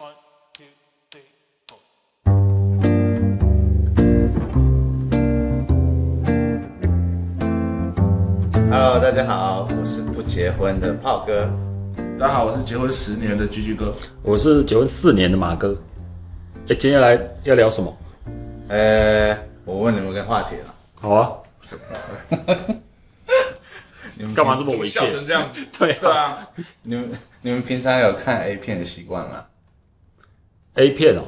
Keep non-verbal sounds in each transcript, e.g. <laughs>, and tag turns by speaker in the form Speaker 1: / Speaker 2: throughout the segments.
Speaker 1: One, two, three, four.
Speaker 2: ？Hello，大家好，我是不结婚的炮哥。
Speaker 3: 大家好，我是结婚十年的居居哥。
Speaker 4: 我是结婚四年的马哥。哎，今天来要聊什么？
Speaker 2: 呃，我问你们个话题了，
Speaker 4: 好啊，
Speaker 2: 你们
Speaker 4: 干嘛这么猥
Speaker 3: 笑
Speaker 4: 亵？
Speaker 3: 成这样子，
Speaker 4: <laughs> 对
Speaker 3: 对啊，
Speaker 2: 你们你们平常有看 A 片的习惯吗？
Speaker 4: ，A 片哦，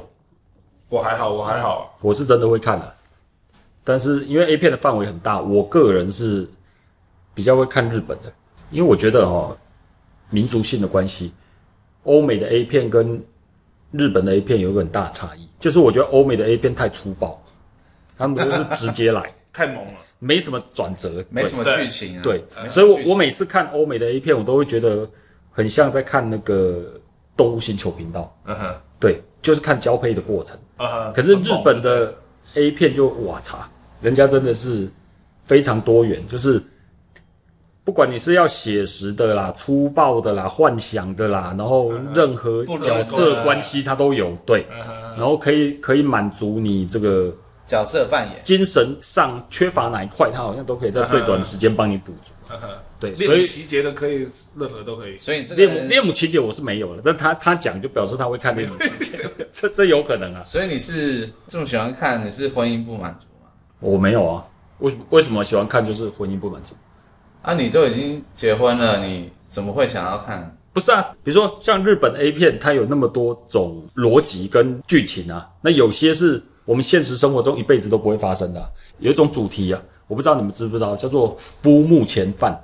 Speaker 3: 我还好，我还好，
Speaker 4: 我是真的会看的、但是因为 A 片的范围很大，我个人是比较会看日本的，因为我觉得哦，民族性的关系，欧美的 A 片跟日本的 A 片有一个很大的差异，就是我觉得欧美的 A 片太粗暴，他们都是直接来，
Speaker 3: 太猛了。
Speaker 4: 没什么转折，
Speaker 2: 没
Speaker 4: 对
Speaker 2: 什么
Speaker 3: 对
Speaker 2: 剧情啊。
Speaker 4: 对
Speaker 2: 没，有
Speaker 4: 所以我
Speaker 2: 剧情
Speaker 4: 我每次看欧美的 A 片，我都会觉得很像在看那个动物星球频道，
Speaker 3: 嗯哼，
Speaker 4: 对，就是看交配的过程。
Speaker 3: 嗯哼。
Speaker 4: 可是日本的 A 片就哇擦，人家真的是非常多元，就是不管你是要写实的啦、粗暴的啦、幻想的啦，然后任何
Speaker 3: 不人
Speaker 4: 角
Speaker 3: 工
Speaker 4: 色
Speaker 3: 的
Speaker 4: 关系它都有，对，然后可以可以满足你这个
Speaker 2: 角色扮演，
Speaker 4: 精神上缺乏哪一块，它好像都可以在最短时间帮你补足。对，所
Speaker 3: 嗯练
Speaker 4: 以
Speaker 3: 集结的可以，任何都可以。
Speaker 2: 所以你这个
Speaker 4: 恋母
Speaker 2: 人，
Speaker 4: 恋母情节我是没有了，但他他讲就表示他会看恋母情节， <laughs> 这这有可能啊，
Speaker 2: 所以你是这么喜欢看，你是婚姻不满足吗？
Speaker 4: 我没有啊，为什么为什么喜欢看就是婚姻不满足？
Speaker 2: 啊，你都已经结婚了，你怎么会想要看？
Speaker 4: 不是啊，比如说像日本 A 片，它有那么多种逻辑跟剧情啊，那有些是我们现实生活中一辈子都不会发生的啊、有一种主题啊，我不知道你们知不知道，叫做夫目前犯，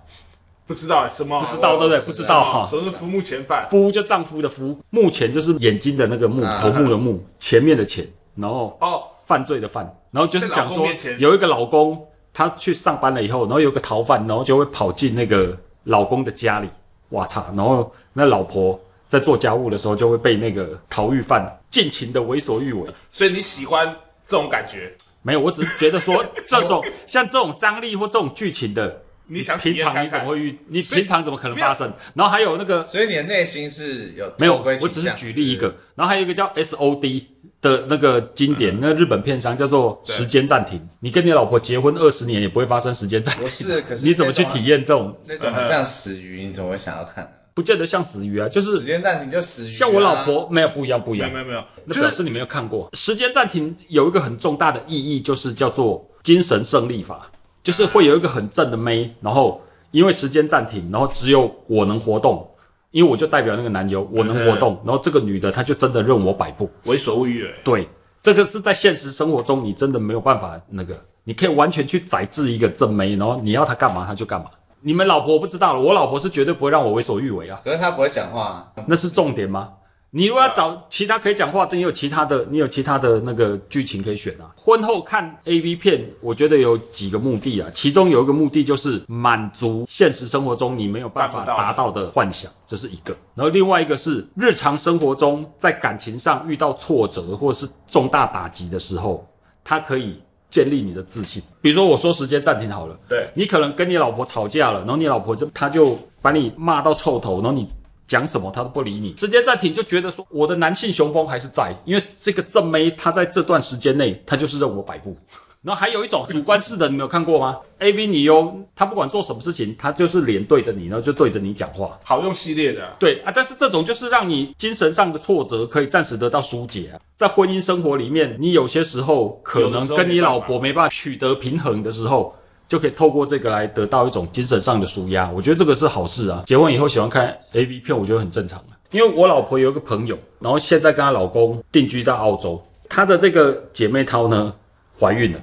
Speaker 3: 不知道什么？啊
Speaker 4: 不知道对不对？不知道哈、
Speaker 3: 什么是服务前犯？
Speaker 4: 夫就丈夫的夫，目前就是眼睛的那个目，
Speaker 2: 啊
Speaker 4: 头目的目，前面的前，然后
Speaker 3: 哦，
Speaker 4: 犯罪的犯，然后就是讲
Speaker 3: 在老公
Speaker 4: 说
Speaker 3: 面前
Speaker 4: 有一个老公，他去上班了以后，然后有个逃犯，然后就会跑进那个老公的家里，哇操！然后那老婆在做家务的时候，就会被那个逃狱犯尽情的为所欲为。
Speaker 3: 所以你喜欢这种感觉？
Speaker 4: 没有，我只是觉得说这
Speaker 3: <laughs>
Speaker 4: 种像这种张力或这种剧情的，
Speaker 3: 你想体
Speaker 4: 平
Speaker 3: 验
Speaker 4: 常
Speaker 3: 看
Speaker 4: 你怎么
Speaker 3: 看？
Speaker 4: 会遇？你
Speaker 3: 所以
Speaker 4: 平常怎么可能
Speaker 3: 没有
Speaker 4: 发生？然后还有那个
Speaker 2: 所以你的内心是有
Speaker 4: 没有，
Speaker 2: 偷窥
Speaker 4: 我
Speaker 2: 倾
Speaker 4: 只是
Speaker 2: 向
Speaker 4: 举例一个，然后还有一个叫 S O D 的那个经典，那日本片商叫做《时间暂停》。你跟你老婆结婚二十年也不会发生时间暂停，
Speaker 2: 我是可是
Speaker 4: <laughs>
Speaker 2: 啊
Speaker 4: 你怎么去
Speaker 2: 那种
Speaker 4: 体验这种？
Speaker 2: 那种很像死鱼，你怎么会想要看？
Speaker 4: 不见得像死鱼啊，就
Speaker 2: 时
Speaker 4: 是
Speaker 2: 间暂停就死鱼啊，
Speaker 4: 像我老婆没有不一样，不一
Speaker 3: 没有
Speaker 4: 样
Speaker 3: 没。有没有，
Speaker 4: 那
Speaker 3: 就
Speaker 4: 表
Speaker 3: 是
Speaker 4: 示你没有看过《时间暂停》有一个很重大的意义，就是叫做精神胜利法，就是会有一个很正的妹，然后因为时间暂停，然后只有我能活动，因为我就代表那个男优，我能活动，然后这个女的她就真的任我摆布。
Speaker 3: 为所欲为。
Speaker 4: 对，这个是在现实生活中你真的没有办法那个，你可以完全去宰制一个正妹，然后你要她干嘛她就干嘛。你们老婆我不知道了，我老婆是绝对不会让我为所欲为啊，
Speaker 2: 可是他不会讲话啊，
Speaker 4: 那是重点吗？你如果要找其他可以讲话的，你有其他的，你有其他的那个剧情可以选啊。婚后看 A V 片，我觉得有几个目的啊，其中有一个目的就是满足现实生活中你没有办法
Speaker 3: 办不到的
Speaker 4: 达到的幻想，这是一个。然后另外一个是日常生活中在感情上遇到挫折或是重大打击的时候，它可以建立你的自信。比如说我说时间暂停好了，
Speaker 3: 对
Speaker 4: 你可能跟你老婆吵架了，然后你老婆就她就把你骂到臭头，然后你讲什么她都不理你。时间暂停就觉得说我的男性雄风还是在，因为这个正妹她在这段时间内她就是任我摆布。 <laughs> 然后还有一种主观式的，你没有看过吗？A V 女优，她不管做什么事情，她就是脸对着你，然后就对着你讲话。
Speaker 3: 好用系列的，
Speaker 4: 对啊，但是这种就是让你精神上的挫折可以暂时得到疏解、啊。在婚姻生活里面，你有些时候可能跟你老婆没办法取得平衡的时候，就可以透过这个来得到一种精神上的舒压。我觉得这个是好事啊。结婚以后喜欢看 A V 片，我觉得很正常啊。因为我老婆有一个朋友，然后现在跟她老公定居在澳洲，她的这个姐妹淘呢怀孕了。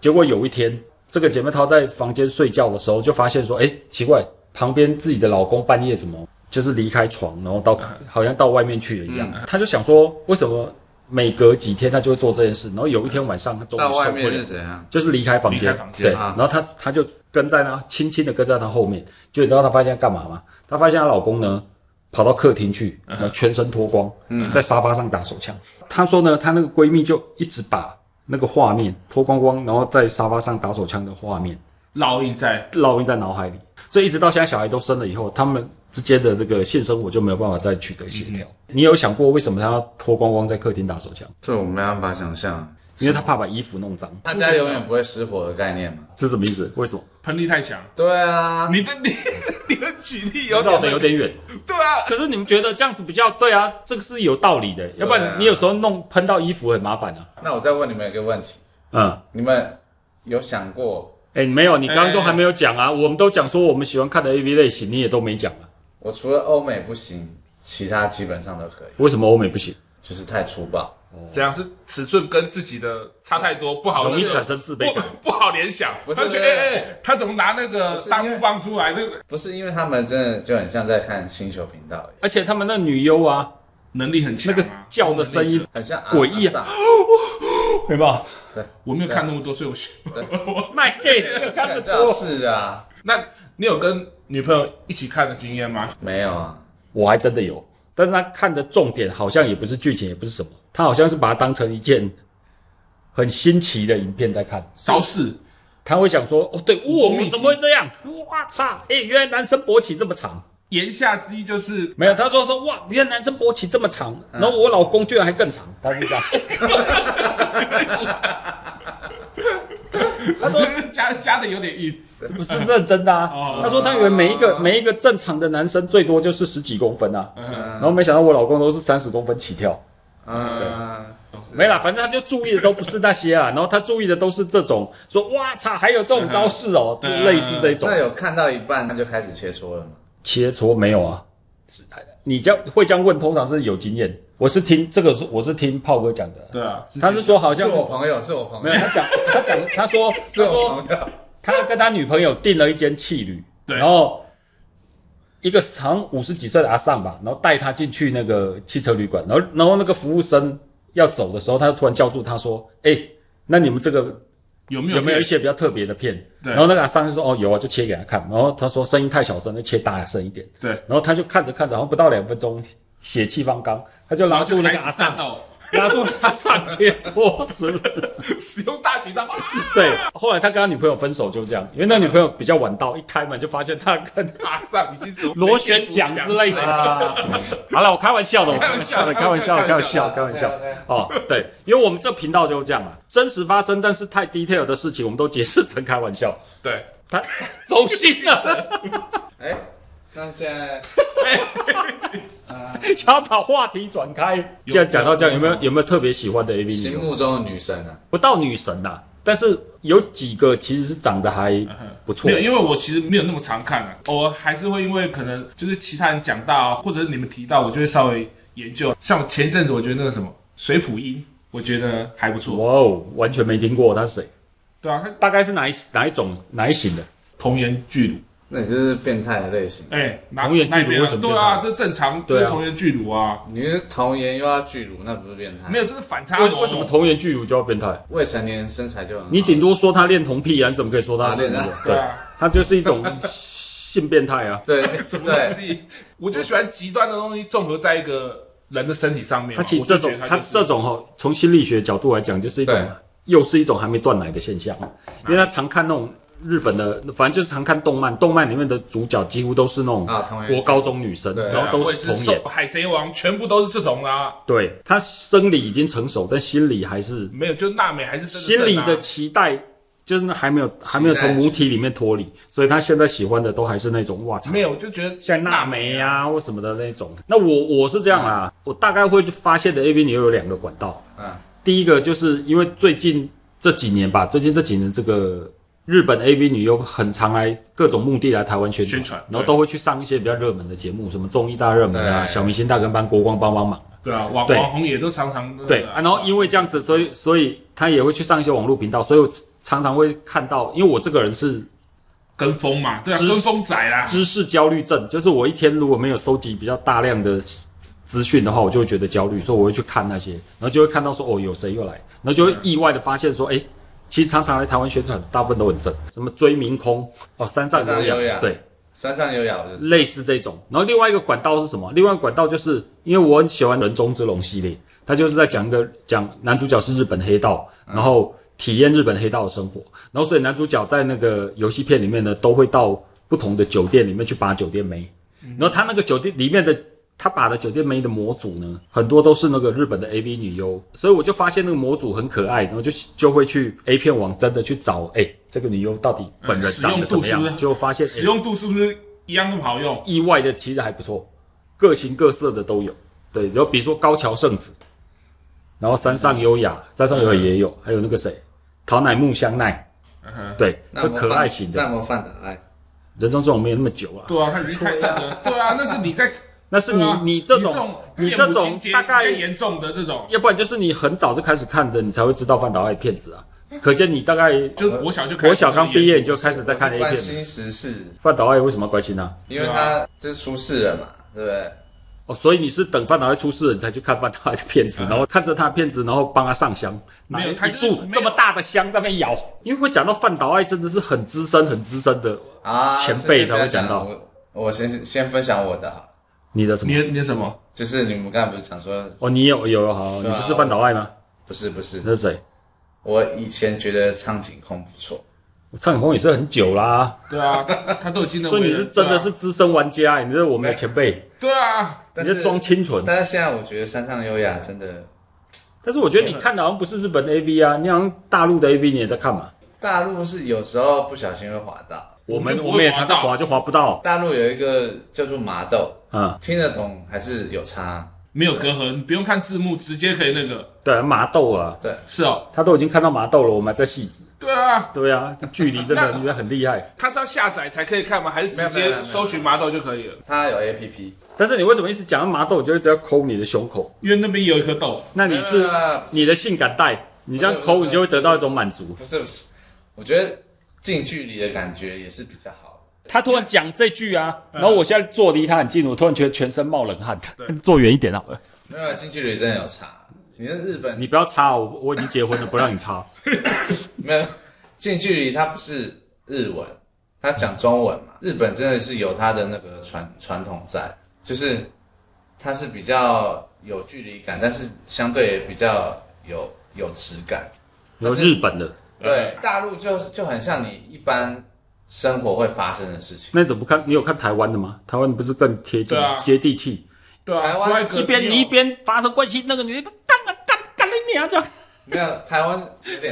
Speaker 4: 结果有一天，这个姐妹淘在房间睡觉的时候，就发现说，哎，奇怪，旁边自己的老公半夜怎么就是离开床，然后到
Speaker 2: 嗯
Speaker 4: 好像到外面去了一样。她就想说，为什么每隔几天她就会做这件事？然后有一天晚上，她终于
Speaker 2: 到外
Speaker 4: 受不
Speaker 2: 面
Speaker 4: 了
Speaker 2: 是，怎样？
Speaker 4: 就是离开房
Speaker 3: 离
Speaker 4: 间，
Speaker 3: 开房间
Speaker 4: 对，
Speaker 2: 啊
Speaker 4: 然后她她就跟在那，轻轻的跟在她后面。就你知道她发现她干嘛吗？她发现她老公呢跑到客厅去，
Speaker 3: 嗯
Speaker 4: 然后全身脱光，在沙发上打手枪。她说呢，她那个闺蜜就一直把那个画面脱光光，然后在沙发上打手枪的画面
Speaker 3: 烙印在
Speaker 4: 烙印在脑海里，所以一直到现在小孩都生了以后，他们之间的这个性生活就没有办法再取得协调。
Speaker 3: 嗯
Speaker 4: 你有想过为什么他要脱光光在客厅打手枪？
Speaker 2: 这我没办法想象。
Speaker 4: 因为他怕把衣服弄脏，
Speaker 2: 他家永远不会失火的概念嘛？
Speaker 4: 这是什么意思？为什么？
Speaker 3: 喷力太强。
Speaker 2: 对啊，
Speaker 3: 你的 <laughs> 你你的举例有
Speaker 4: 绕
Speaker 3: 点
Speaker 4: 得有点远。
Speaker 3: 对
Speaker 4: <laughs>
Speaker 3: 啊，
Speaker 4: 可是你们觉得这样子比较对啊？这个是有道理的，要不然你有时候弄喷到衣服很麻烦啊。
Speaker 2: 那我再问你们一个问题：
Speaker 4: 嗯，
Speaker 2: 你们有想过
Speaker 4: 哎、没有，你刚刚都还没有讲啊。我们都讲说我们喜欢看的 A V 类型，你也都没讲啊。
Speaker 2: 我除了欧美不行，其他基本上都可以，
Speaker 4: 为什么欧美不行？
Speaker 2: 就是太粗暴。
Speaker 3: 怎样是尺寸跟自己的差太多，不好
Speaker 4: 容易
Speaker 3: 想
Speaker 4: 产生自卑感
Speaker 3: 不不好联想。
Speaker 2: 不是
Speaker 3: 他就觉
Speaker 2: 不
Speaker 3: 得
Speaker 2: 是
Speaker 3: 哎哎，他怎么拿那个
Speaker 2: 不是
Speaker 3: 大
Speaker 2: 因
Speaker 3: 木
Speaker 2: 为
Speaker 3: 棒出来？那个
Speaker 2: 不是因为他们真的就很像在看星球频道一样，
Speaker 4: 而且他们那女优啊，
Speaker 3: 能力很强
Speaker 4: 那个
Speaker 3: 啊。
Speaker 4: 叫的声音，
Speaker 2: 很像阿
Speaker 4: 诡异
Speaker 2: 阿
Speaker 4: 啊
Speaker 2: 萨
Speaker 4: 对吧？
Speaker 3: 我没有看那么多，所以我 <laughs> 学。
Speaker 4: 卖 gay 这个看 <laughs> 得
Speaker 2: 感觉
Speaker 4: 多，
Speaker 2: 是啊，
Speaker 3: 那你有跟女朋友一起看的经验吗？
Speaker 2: 没有啊，
Speaker 4: 我还真的有，但是他看的重点好像也不是剧情，也不是什么，他好像是把它当成一件很新奇的影片在看。
Speaker 3: 招式
Speaker 4: 他会讲说：“哦，对，
Speaker 3: 武功
Speaker 4: 哇，
Speaker 3: 秘籍
Speaker 4: 怎么会这样？哇操！哎、原来男生勃起这么长。”
Speaker 3: 言下之意就是
Speaker 4: 没有，他说说哇，原来男生勃起这么长，
Speaker 2: 嗯
Speaker 4: 然后我老公居然还更长，他是
Speaker 2: <laughs>
Speaker 4: 这样。
Speaker 3: 他说 <laughs> 加加的有点硬，
Speaker 4: 不是认真的啊。
Speaker 2: 哦
Speaker 4: 他说他以为每一个每一个正常的男生最多就是十几公分啊，然后没想到我老公都是三十公分起跳。
Speaker 2: 嗯，
Speaker 4: 没啦，反正他就注意的都不是那些啊，
Speaker 2: <laughs>
Speaker 4: 然后他注意的都是这种说哇操，还有这种招式
Speaker 2: <laughs>
Speaker 4: 哦，
Speaker 3: 嗯
Speaker 4: 类似这种
Speaker 2: 那有看到一半他就开始切磋了吗？
Speaker 4: 切磋没有啊？你这样会这样问，通常是有经验。我是听这个是我是听炮哥讲的，
Speaker 3: 对啊，
Speaker 4: 他是说好
Speaker 2: 是
Speaker 4: 像
Speaker 2: 我朋友，是我朋
Speaker 4: 没有
Speaker 2: 友，
Speaker 4: 他讲他讲他说
Speaker 2: <laughs> 是
Speaker 4: 他
Speaker 2: 我
Speaker 4: 说
Speaker 2: 朋友，
Speaker 4: 他跟他女朋友订了一间汽旅，
Speaker 3: 对
Speaker 4: 然后一个好像五十几岁的阿尚吧，然后带他进去那个汽车旅馆，然后然后那个服务生要走的时候，他就突然叫住他说：“哎、那你们这个
Speaker 3: 有没有
Speaker 4: 有没有一些比较特别的片？”
Speaker 3: 对
Speaker 4: 然后那个阿尚就说：“哦，有啊，就切给他看。”然后他说：“声音太小声，就切大声一点。”
Speaker 3: 对
Speaker 4: 然后他就看着看着，然后不到两分钟，血气方刚，他就
Speaker 3: 然
Speaker 4: 拉
Speaker 3: 后
Speaker 4: 住
Speaker 3: 就
Speaker 4: 那
Speaker 3: 开
Speaker 4: 个
Speaker 3: 始
Speaker 4: 阿尚，
Speaker 3: 战斗，
Speaker 4: <laughs> 拉住阿尚切磋，是不是？
Speaker 3: <laughs> 使用大绝招， <laughs> 啊
Speaker 4: <laughs> 对，后来他跟他女朋友分手就这样，因为那女朋友比较晚到，一开门就发现他跟
Speaker 3: 马上已经是
Speaker 4: 螺旋桨之类的。 <laughs> 好了，我开玩笑的，我开玩笑啊的，开
Speaker 3: 开
Speaker 4: 玩
Speaker 3: 玩
Speaker 4: 笑
Speaker 3: 笑
Speaker 4: 的，
Speaker 3: 的
Speaker 4: 开玩笑的，开玩笑的。哦，对，因为我们这频道就是这样嘛，真实发生但是太 detail 的事情，我们都解释成开玩笑。
Speaker 3: 对，
Speaker 4: <laughs> 他走心了，
Speaker 2: 哎，那现在
Speaker 4: 想要把话题转开。既然讲到这样，有没有有没有特别喜欢的 AV 女
Speaker 2: 心
Speaker 4: 优？
Speaker 2: 目中的女神啊呢？
Speaker 4: 不到女神呐、但是有几个其实是长得还不错
Speaker 3: 没有，。因为我其实没有那么常看啊，偶尔还是会因为可能就是其他人讲到啊，或者是你们提到，我就会稍微研究。像前阵子我觉得那个什么《水普音》，我觉得还不错。
Speaker 4: 哇哦，完全没听过他是谁？
Speaker 3: 对啊，他
Speaker 4: 大概是哪一哪一种哪一型的？
Speaker 3: 童颜巨乳，
Speaker 2: 那你就是变态的类型，
Speaker 3: 哎，哪
Speaker 4: 童颜巨乳
Speaker 3: 哪边啊
Speaker 4: 为什么
Speaker 3: 对啊，这正常，
Speaker 4: 对啊
Speaker 3: 这童颜巨乳啊，
Speaker 2: 你是童颜又要巨乳，那不是变态？
Speaker 3: 没有，这是反差
Speaker 4: 啊为
Speaker 3: 萌。
Speaker 4: 为什么童颜巨乳就要变态？
Speaker 2: 未成年身材就很好
Speaker 4: 你顶多说他恋童癖啊，你怎么可以说他
Speaker 2: 啊
Speaker 4: 是
Speaker 2: 对
Speaker 4: 那种
Speaker 2: 啊？
Speaker 3: 对啊？
Speaker 4: 他就是一种性变态啊。
Speaker 2: 对
Speaker 3: 什么
Speaker 4: <laughs>
Speaker 3: 东
Speaker 2: 对，
Speaker 3: 西？我就喜欢极端的东西综合在一个人的身体上面嘛。
Speaker 4: 他其实
Speaker 3: 我就
Speaker 4: 这种
Speaker 3: 觉得
Speaker 4: 他
Speaker 3: 就是
Speaker 4: 这种哈，从心理学角度来讲，就是一种
Speaker 2: 对
Speaker 4: 又是一种还没断奶的现象，因为他常看那种。日本的，反正就是常看动漫，动漫里面的主角几乎都是那种
Speaker 2: 啊童颜
Speaker 4: 国高中女生，
Speaker 2: 对啊
Speaker 4: 然后都
Speaker 3: 我也
Speaker 4: 是童颜
Speaker 3: 兽。海贼王全部都是这种啦，
Speaker 4: 对，他生理已经成熟，但心理还是
Speaker 3: 没有，就是娜美还是真
Speaker 4: 心
Speaker 3: 的
Speaker 4: 理
Speaker 3: 正啊
Speaker 4: 的期待，就是还没有还没有从母体里面脱离，所以他现在喜欢的都还是那种哇操
Speaker 3: 没，有，我就觉得
Speaker 4: 像娜美啊或什么的那种。那我我是这样啦，我大概会发现的 AV 女优有两个管道，
Speaker 2: 嗯，
Speaker 4: 第一个就是因为最近这几年吧，最近这几年这个。日本 AV 女优很常来各种目的来台湾宣传，
Speaker 3: 宣传
Speaker 4: 然后
Speaker 3: 对
Speaker 4: 都会去上一些比较热门的节目，什么综艺大热门啊、
Speaker 2: 对
Speaker 4: 小明星大跟班、国光帮帮忙。
Speaker 3: 对啊，网
Speaker 4: 对
Speaker 3: 网红也都常常那个
Speaker 4: 对啊，然后因为这样子，所以所以他也会去上一些网络频道，所以我常常会看到，因为我这个人是
Speaker 3: 跟风嘛，对啊，
Speaker 4: 知
Speaker 3: 跟
Speaker 4: 识
Speaker 3: 风仔啦，
Speaker 4: 知识焦虑症，就是我一天如果没有收集比较大量的资讯的话，我就会觉得焦虑，所以我会去看那些，然后就会看到说哦，有谁又来，然后就会意外的发现说，哎、其实常常来台湾宣传，大部分都很正，什么追明空哦，山上
Speaker 2: 山上
Speaker 4: 有
Speaker 2: 有
Speaker 4: 氧，
Speaker 2: 氧
Speaker 4: 对，
Speaker 2: 山上有雅，我就是
Speaker 4: 类似这种。然后另外一个管道是什么？另外一个管道就是因为我很喜欢《人中之龙》系列，它就是在讲一个讲男主角是日本黑道，
Speaker 3: 嗯
Speaker 4: 然后体验日本黑道的生活。然后所以男主角在那个游戏片里面呢，都会到不同的酒店里面去把酒店妹。
Speaker 3: 嗯
Speaker 4: 然后他那个酒店里面的。他把的酒店妹的模组呢，很多都是那个日本的 AV 女优，所以我就发现那个模组很可爱，然后就就会去 A 片网真的去找，哎、这个女优到底本人
Speaker 3: 使用
Speaker 4: 长得什么样
Speaker 3: 度是，不是
Speaker 4: 就发现、
Speaker 3: 使
Speaker 4: 哎，
Speaker 3: 用度是不是一样那么好用？
Speaker 4: 意外的其实还不错，各形各色的都有。对，然后比如说高桥圣子，然后山上优雅，山上优雅也有，还有那个谁，桃乃木香奈，
Speaker 3: 嗯哼，
Speaker 4: 对，
Speaker 5: 那
Speaker 4: 就
Speaker 5: 模
Speaker 4: 可
Speaker 5: 范
Speaker 4: 爱型
Speaker 5: 那
Speaker 4: 的。
Speaker 5: 模范的爱，
Speaker 2: 哎
Speaker 4: 人中这种没有那么久啊，
Speaker 3: 对啊，他已经太那个，对啊，那是你在，
Speaker 4: 那是你
Speaker 3: 对啊
Speaker 4: 你
Speaker 3: 你
Speaker 4: 这种你这
Speaker 3: 恋母情
Speaker 4: 种
Speaker 3: 节
Speaker 4: 大概
Speaker 3: 比较严重的这种，
Speaker 4: 要不然就是你很早就开始看的，你才会知道范岛爱骗子啊。可见你大概
Speaker 3: 嗯就是国小就开始
Speaker 4: 呃国小刚毕业你就开始在看
Speaker 2: 我
Speaker 4: A
Speaker 2: 是关
Speaker 4: 片
Speaker 2: 心
Speaker 4: 了。
Speaker 2: 时事，
Speaker 4: 范岛爱为什么要关心呢、
Speaker 2: 因为他
Speaker 4: 啊
Speaker 2: 就是出事了嘛，对不对？
Speaker 4: 哦，所以你是等范岛爱出事了，你才去看范岛爱的片子，然后看着他的片子，然后帮他上香，
Speaker 3: 没有
Speaker 4: 拿
Speaker 3: 他
Speaker 4: 一
Speaker 3: 就是
Speaker 4: 柱
Speaker 3: 没有
Speaker 4: 这么大的香在那边摇。因为会讲到范岛爱，真的是很资深、很资深的
Speaker 2: 啊，
Speaker 4: 前辈才会
Speaker 2: 讲
Speaker 4: 讲到
Speaker 2: 我我先先分享我的啊，
Speaker 4: 你的什
Speaker 3: 你
Speaker 4: 么？
Speaker 3: 你什么？
Speaker 2: 就是你们刚才不是讲说
Speaker 4: 哦，你有有有好，你
Speaker 2: 对啊
Speaker 4: 不是范岛爱吗？
Speaker 2: 不是不是，
Speaker 4: 那是谁？
Speaker 2: 我以前觉得苍井空不错，
Speaker 4: 我唱红也是很久啦，
Speaker 3: 对啊，他都已经
Speaker 4: 所以你是真的是资深玩家、你是我们的前辈，
Speaker 3: 啊对啊，
Speaker 4: 你
Speaker 2: 但
Speaker 4: 是
Speaker 2: 是
Speaker 4: 装清纯。
Speaker 2: 但是现在我觉得山上优雅真的
Speaker 4: 但是我觉得你看的好像不是日本 A V 啊，你好像大陆的 A V 你也在看嘛？
Speaker 2: 大陆是有时候不小心会滑到，
Speaker 4: 我
Speaker 3: 们
Speaker 4: 们
Speaker 3: 就不会
Speaker 4: 我们也常在
Speaker 3: 滑
Speaker 4: 滑，就滑不到。
Speaker 2: 大陆有一个叫做麻豆，
Speaker 4: 嗯，
Speaker 2: 听得懂还是有差，
Speaker 3: 没有隔阂，你不用看字幕，直接可以那个，
Speaker 4: 对，麻豆啊，
Speaker 2: 对，
Speaker 3: 是哦，
Speaker 4: 他都已经看到麻豆了，我们还在戏子。
Speaker 3: 对啊，
Speaker 4: 对啊，距离真的你觉得很厉害。
Speaker 3: 他是要下载才可以看吗？还是直
Speaker 2: 没有没有没
Speaker 3: 接
Speaker 2: 有
Speaker 3: 搜寻麻豆就可以了？
Speaker 2: 它有 A P P，
Speaker 4: 但是你为什么一直讲到麻豆，我就一直要抠你的胸口？
Speaker 3: 因为那边有一颗豆，
Speaker 4: 那你是
Speaker 2: 没有没有没有
Speaker 4: 你的性感带，你这样抠，你就会得到一种满足。
Speaker 2: 不是不是，我觉得近距离的感觉也是比较好的，
Speaker 4: 他突然讲这句啊，然后我现在坐离他很近，我突然觉得全身冒冷汗。坐远一点好了，
Speaker 2: 没有啊近距离真的有差，你在日本
Speaker 4: 你不要插哦，我我已经结婚了，不让你
Speaker 2: <laughs>
Speaker 4: 插。
Speaker 2: 没有近距离，它不是日文，它讲中文嘛。日本真的是有它的那个传传统在，就是它是比较有距离感，但是相对也比较有有质感。
Speaker 4: 然后日本的，
Speaker 2: 对，大陆就就很像你一般生活会发生的事情。
Speaker 4: 那你怎么不看？你有看台湾的吗？台湾不是更贴近、
Speaker 3: 对啊
Speaker 4: 接地气？
Speaker 3: 对啊，
Speaker 2: 台湾
Speaker 3: 说在隔壁
Speaker 4: 一边
Speaker 3: 哦
Speaker 4: 你一边发生关系，那个女的干了干干了你啊！这样
Speaker 2: 没有台湾有
Speaker 3: <laughs>
Speaker 2: 点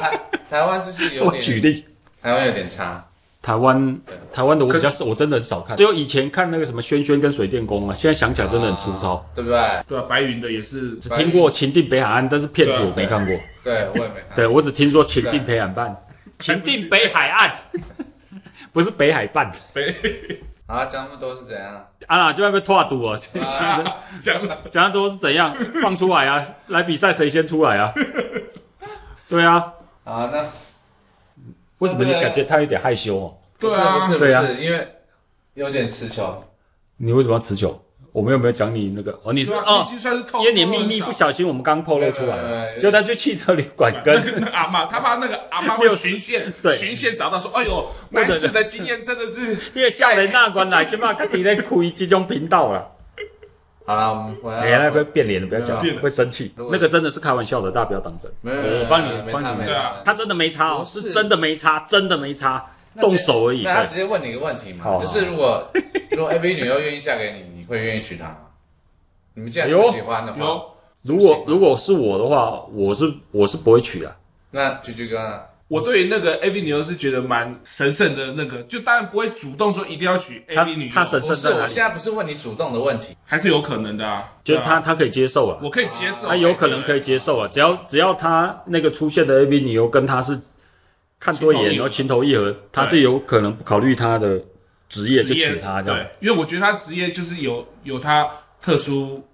Speaker 2: 台台湾就是有
Speaker 4: 我举
Speaker 2: 点
Speaker 4: 例，
Speaker 2: 台湾有点差，
Speaker 4: 台湾台湾的我比较
Speaker 3: 可
Speaker 4: 少，我真的很少看，只有以前看那个什么轩轩跟水电工啊，现在想起来真的很粗糙。
Speaker 2: 对不对？
Speaker 3: 对啊，白云的也是，
Speaker 4: 只听过《情定北海岸》，但是骗子我没看过。
Speaker 2: 对我也没看。
Speaker 4: 对我只听说《情定北海岸》，《 <laughs> 情定北海岸》 <laughs> 不是北海办。
Speaker 2: 好，讲那么多是怎样？
Speaker 4: 啊啦，就外面拓赌哦，讲的
Speaker 3: 这样
Speaker 4: 讲的多是怎样放出来啊？来比赛谁先出来啊？对啊，
Speaker 2: 好，那
Speaker 4: 为什么你感觉他有点害羞哦？
Speaker 3: 对啊
Speaker 2: 不是不是不
Speaker 4: 对啊
Speaker 2: 是，因为有点词穷。
Speaker 4: 你为什么要持久？我们有没有讲你那个？哦，你是
Speaker 3: 对啊
Speaker 4: 哦
Speaker 3: 已，经 <laughs> 算是透
Speaker 4: 因为你秘密不小心，我们刚透露出来
Speaker 2: 对对
Speaker 4: 了，
Speaker 2: 对对
Speaker 4: 就他去汽车旅馆
Speaker 3: 那
Speaker 4: 跟
Speaker 3: 个 <laughs> 阿妈，他怕那个阿妈会循线，
Speaker 4: 对
Speaker 3: 循线找到说，哎呦，
Speaker 4: 者
Speaker 3: 男子的经验真的是，
Speaker 4: 月下人那关来，起码他底在亏这种频道了。
Speaker 2: 好了，我们回来。
Speaker 4: 哎，那个变脸的不要讲
Speaker 3: 变，脸
Speaker 4: 会生气。
Speaker 2: 如果
Speaker 4: 那个真的是开玩笑的，大家不要当真。
Speaker 2: 啊没有，
Speaker 4: 我帮你
Speaker 2: 没
Speaker 4: 帮
Speaker 2: 差
Speaker 4: 你
Speaker 2: 没
Speaker 3: 对啊
Speaker 2: 差。
Speaker 4: 他真的没差哦，
Speaker 2: 不是
Speaker 4: 是真的没差，真的没差，
Speaker 2: 那
Speaker 4: 动
Speaker 2: 直
Speaker 4: 手而已。
Speaker 2: 那他
Speaker 4: 对
Speaker 2: 直接问你一个问题
Speaker 4: 好
Speaker 2: 嘛，
Speaker 4: 好
Speaker 2: 就是如果如果 AV 女优愿意嫁给你，你会愿意娶她吗？你们既然
Speaker 4: 哎
Speaker 2: 不
Speaker 4: 呦
Speaker 2: 喜欢的话，
Speaker 3: 有
Speaker 4: 如果如果是我的话，我是我是不会娶啊。
Speaker 2: 那菊菊哥呢？
Speaker 3: 我对于那个 AV 女优是觉得蛮神圣的那个，就当然不会主动说一定要娶
Speaker 4: 他
Speaker 3: AV 女优，
Speaker 4: 他神
Speaker 2: 不
Speaker 4: 圣
Speaker 2: 是，
Speaker 4: 在哪
Speaker 2: 我
Speaker 4: 里
Speaker 2: 现？在不是问你主动的问题，
Speaker 3: 还是有可能的啊，
Speaker 4: 就是
Speaker 3: 对啊
Speaker 4: 他他可以接受啊，
Speaker 3: 我可以接受，
Speaker 4: 他有可能可以接受啊，只要只要他那个出现的 A V 女优跟他是看多
Speaker 3: 情投意
Speaker 4: 眼，
Speaker 3: 合
Speaker 4: 然后情投意合，他是有可能不考虑他的职业就
Speaker 3: 职业
Speaker 4: 娶她这样
Speaker 3: 对。，因为我觉得他职业就是有有他特殊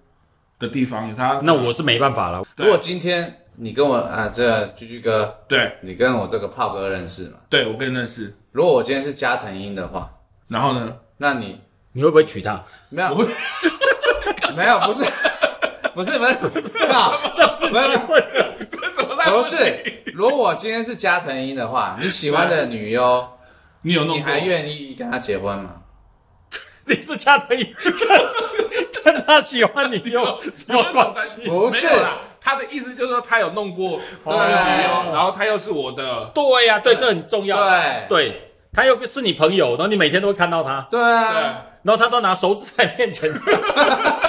Speaker 3: 的地方，有他
Speaker 4: 那我是没办法了，
Speaker 3: 对
Speaker 2: 如果今天你跟我啊，这个菊菊哥，
Speaker 3: 对
Speaker 2: 你跟我这个炮哥认识嘛？
Speaker 3: 对我跟你认识，
Speaker 2: 如果我今天是加藤鹰的话，
Speaker 3: 然后呢，
Speaker 2: 那你
Speaker 4: 你会不会娶她？
Speaker 2: 没有 <laughs> 没有不是 <laughs> 不是不是不是，这不是没有没有
Speaker 3: 这怎么烂
Speaker 2: <laughs> 不
Speaker 3: 问
Speaker 2: 是
Speaker 3: 题？，
Speaker 2: 如果今天是加藤鹰的话，你喜欢的女优，
Speaker 3: 你有弄
Speaker 2: 你
Speaker 3: 过
Speaker 2: 还愿意跟她结婚吗？
Speaker 4: <laughs> 你是加藤鹰， <laughs> 跟跟他喜欢你有什么关 <laughs> 系？
Speaker 2: 不是
Speaker 3: 没有啦，他的意思就是说他有弄过这个女优，然后他又是我的，
Speaker 4: 对呀、对，这很重要。
Speaker 2: 对
Speaker 4: 对，他又是你朋友，然后你每天都会看到他，
Speaker 2: 对啊，
Speaker 4: 然后他都拿手指在面前这样。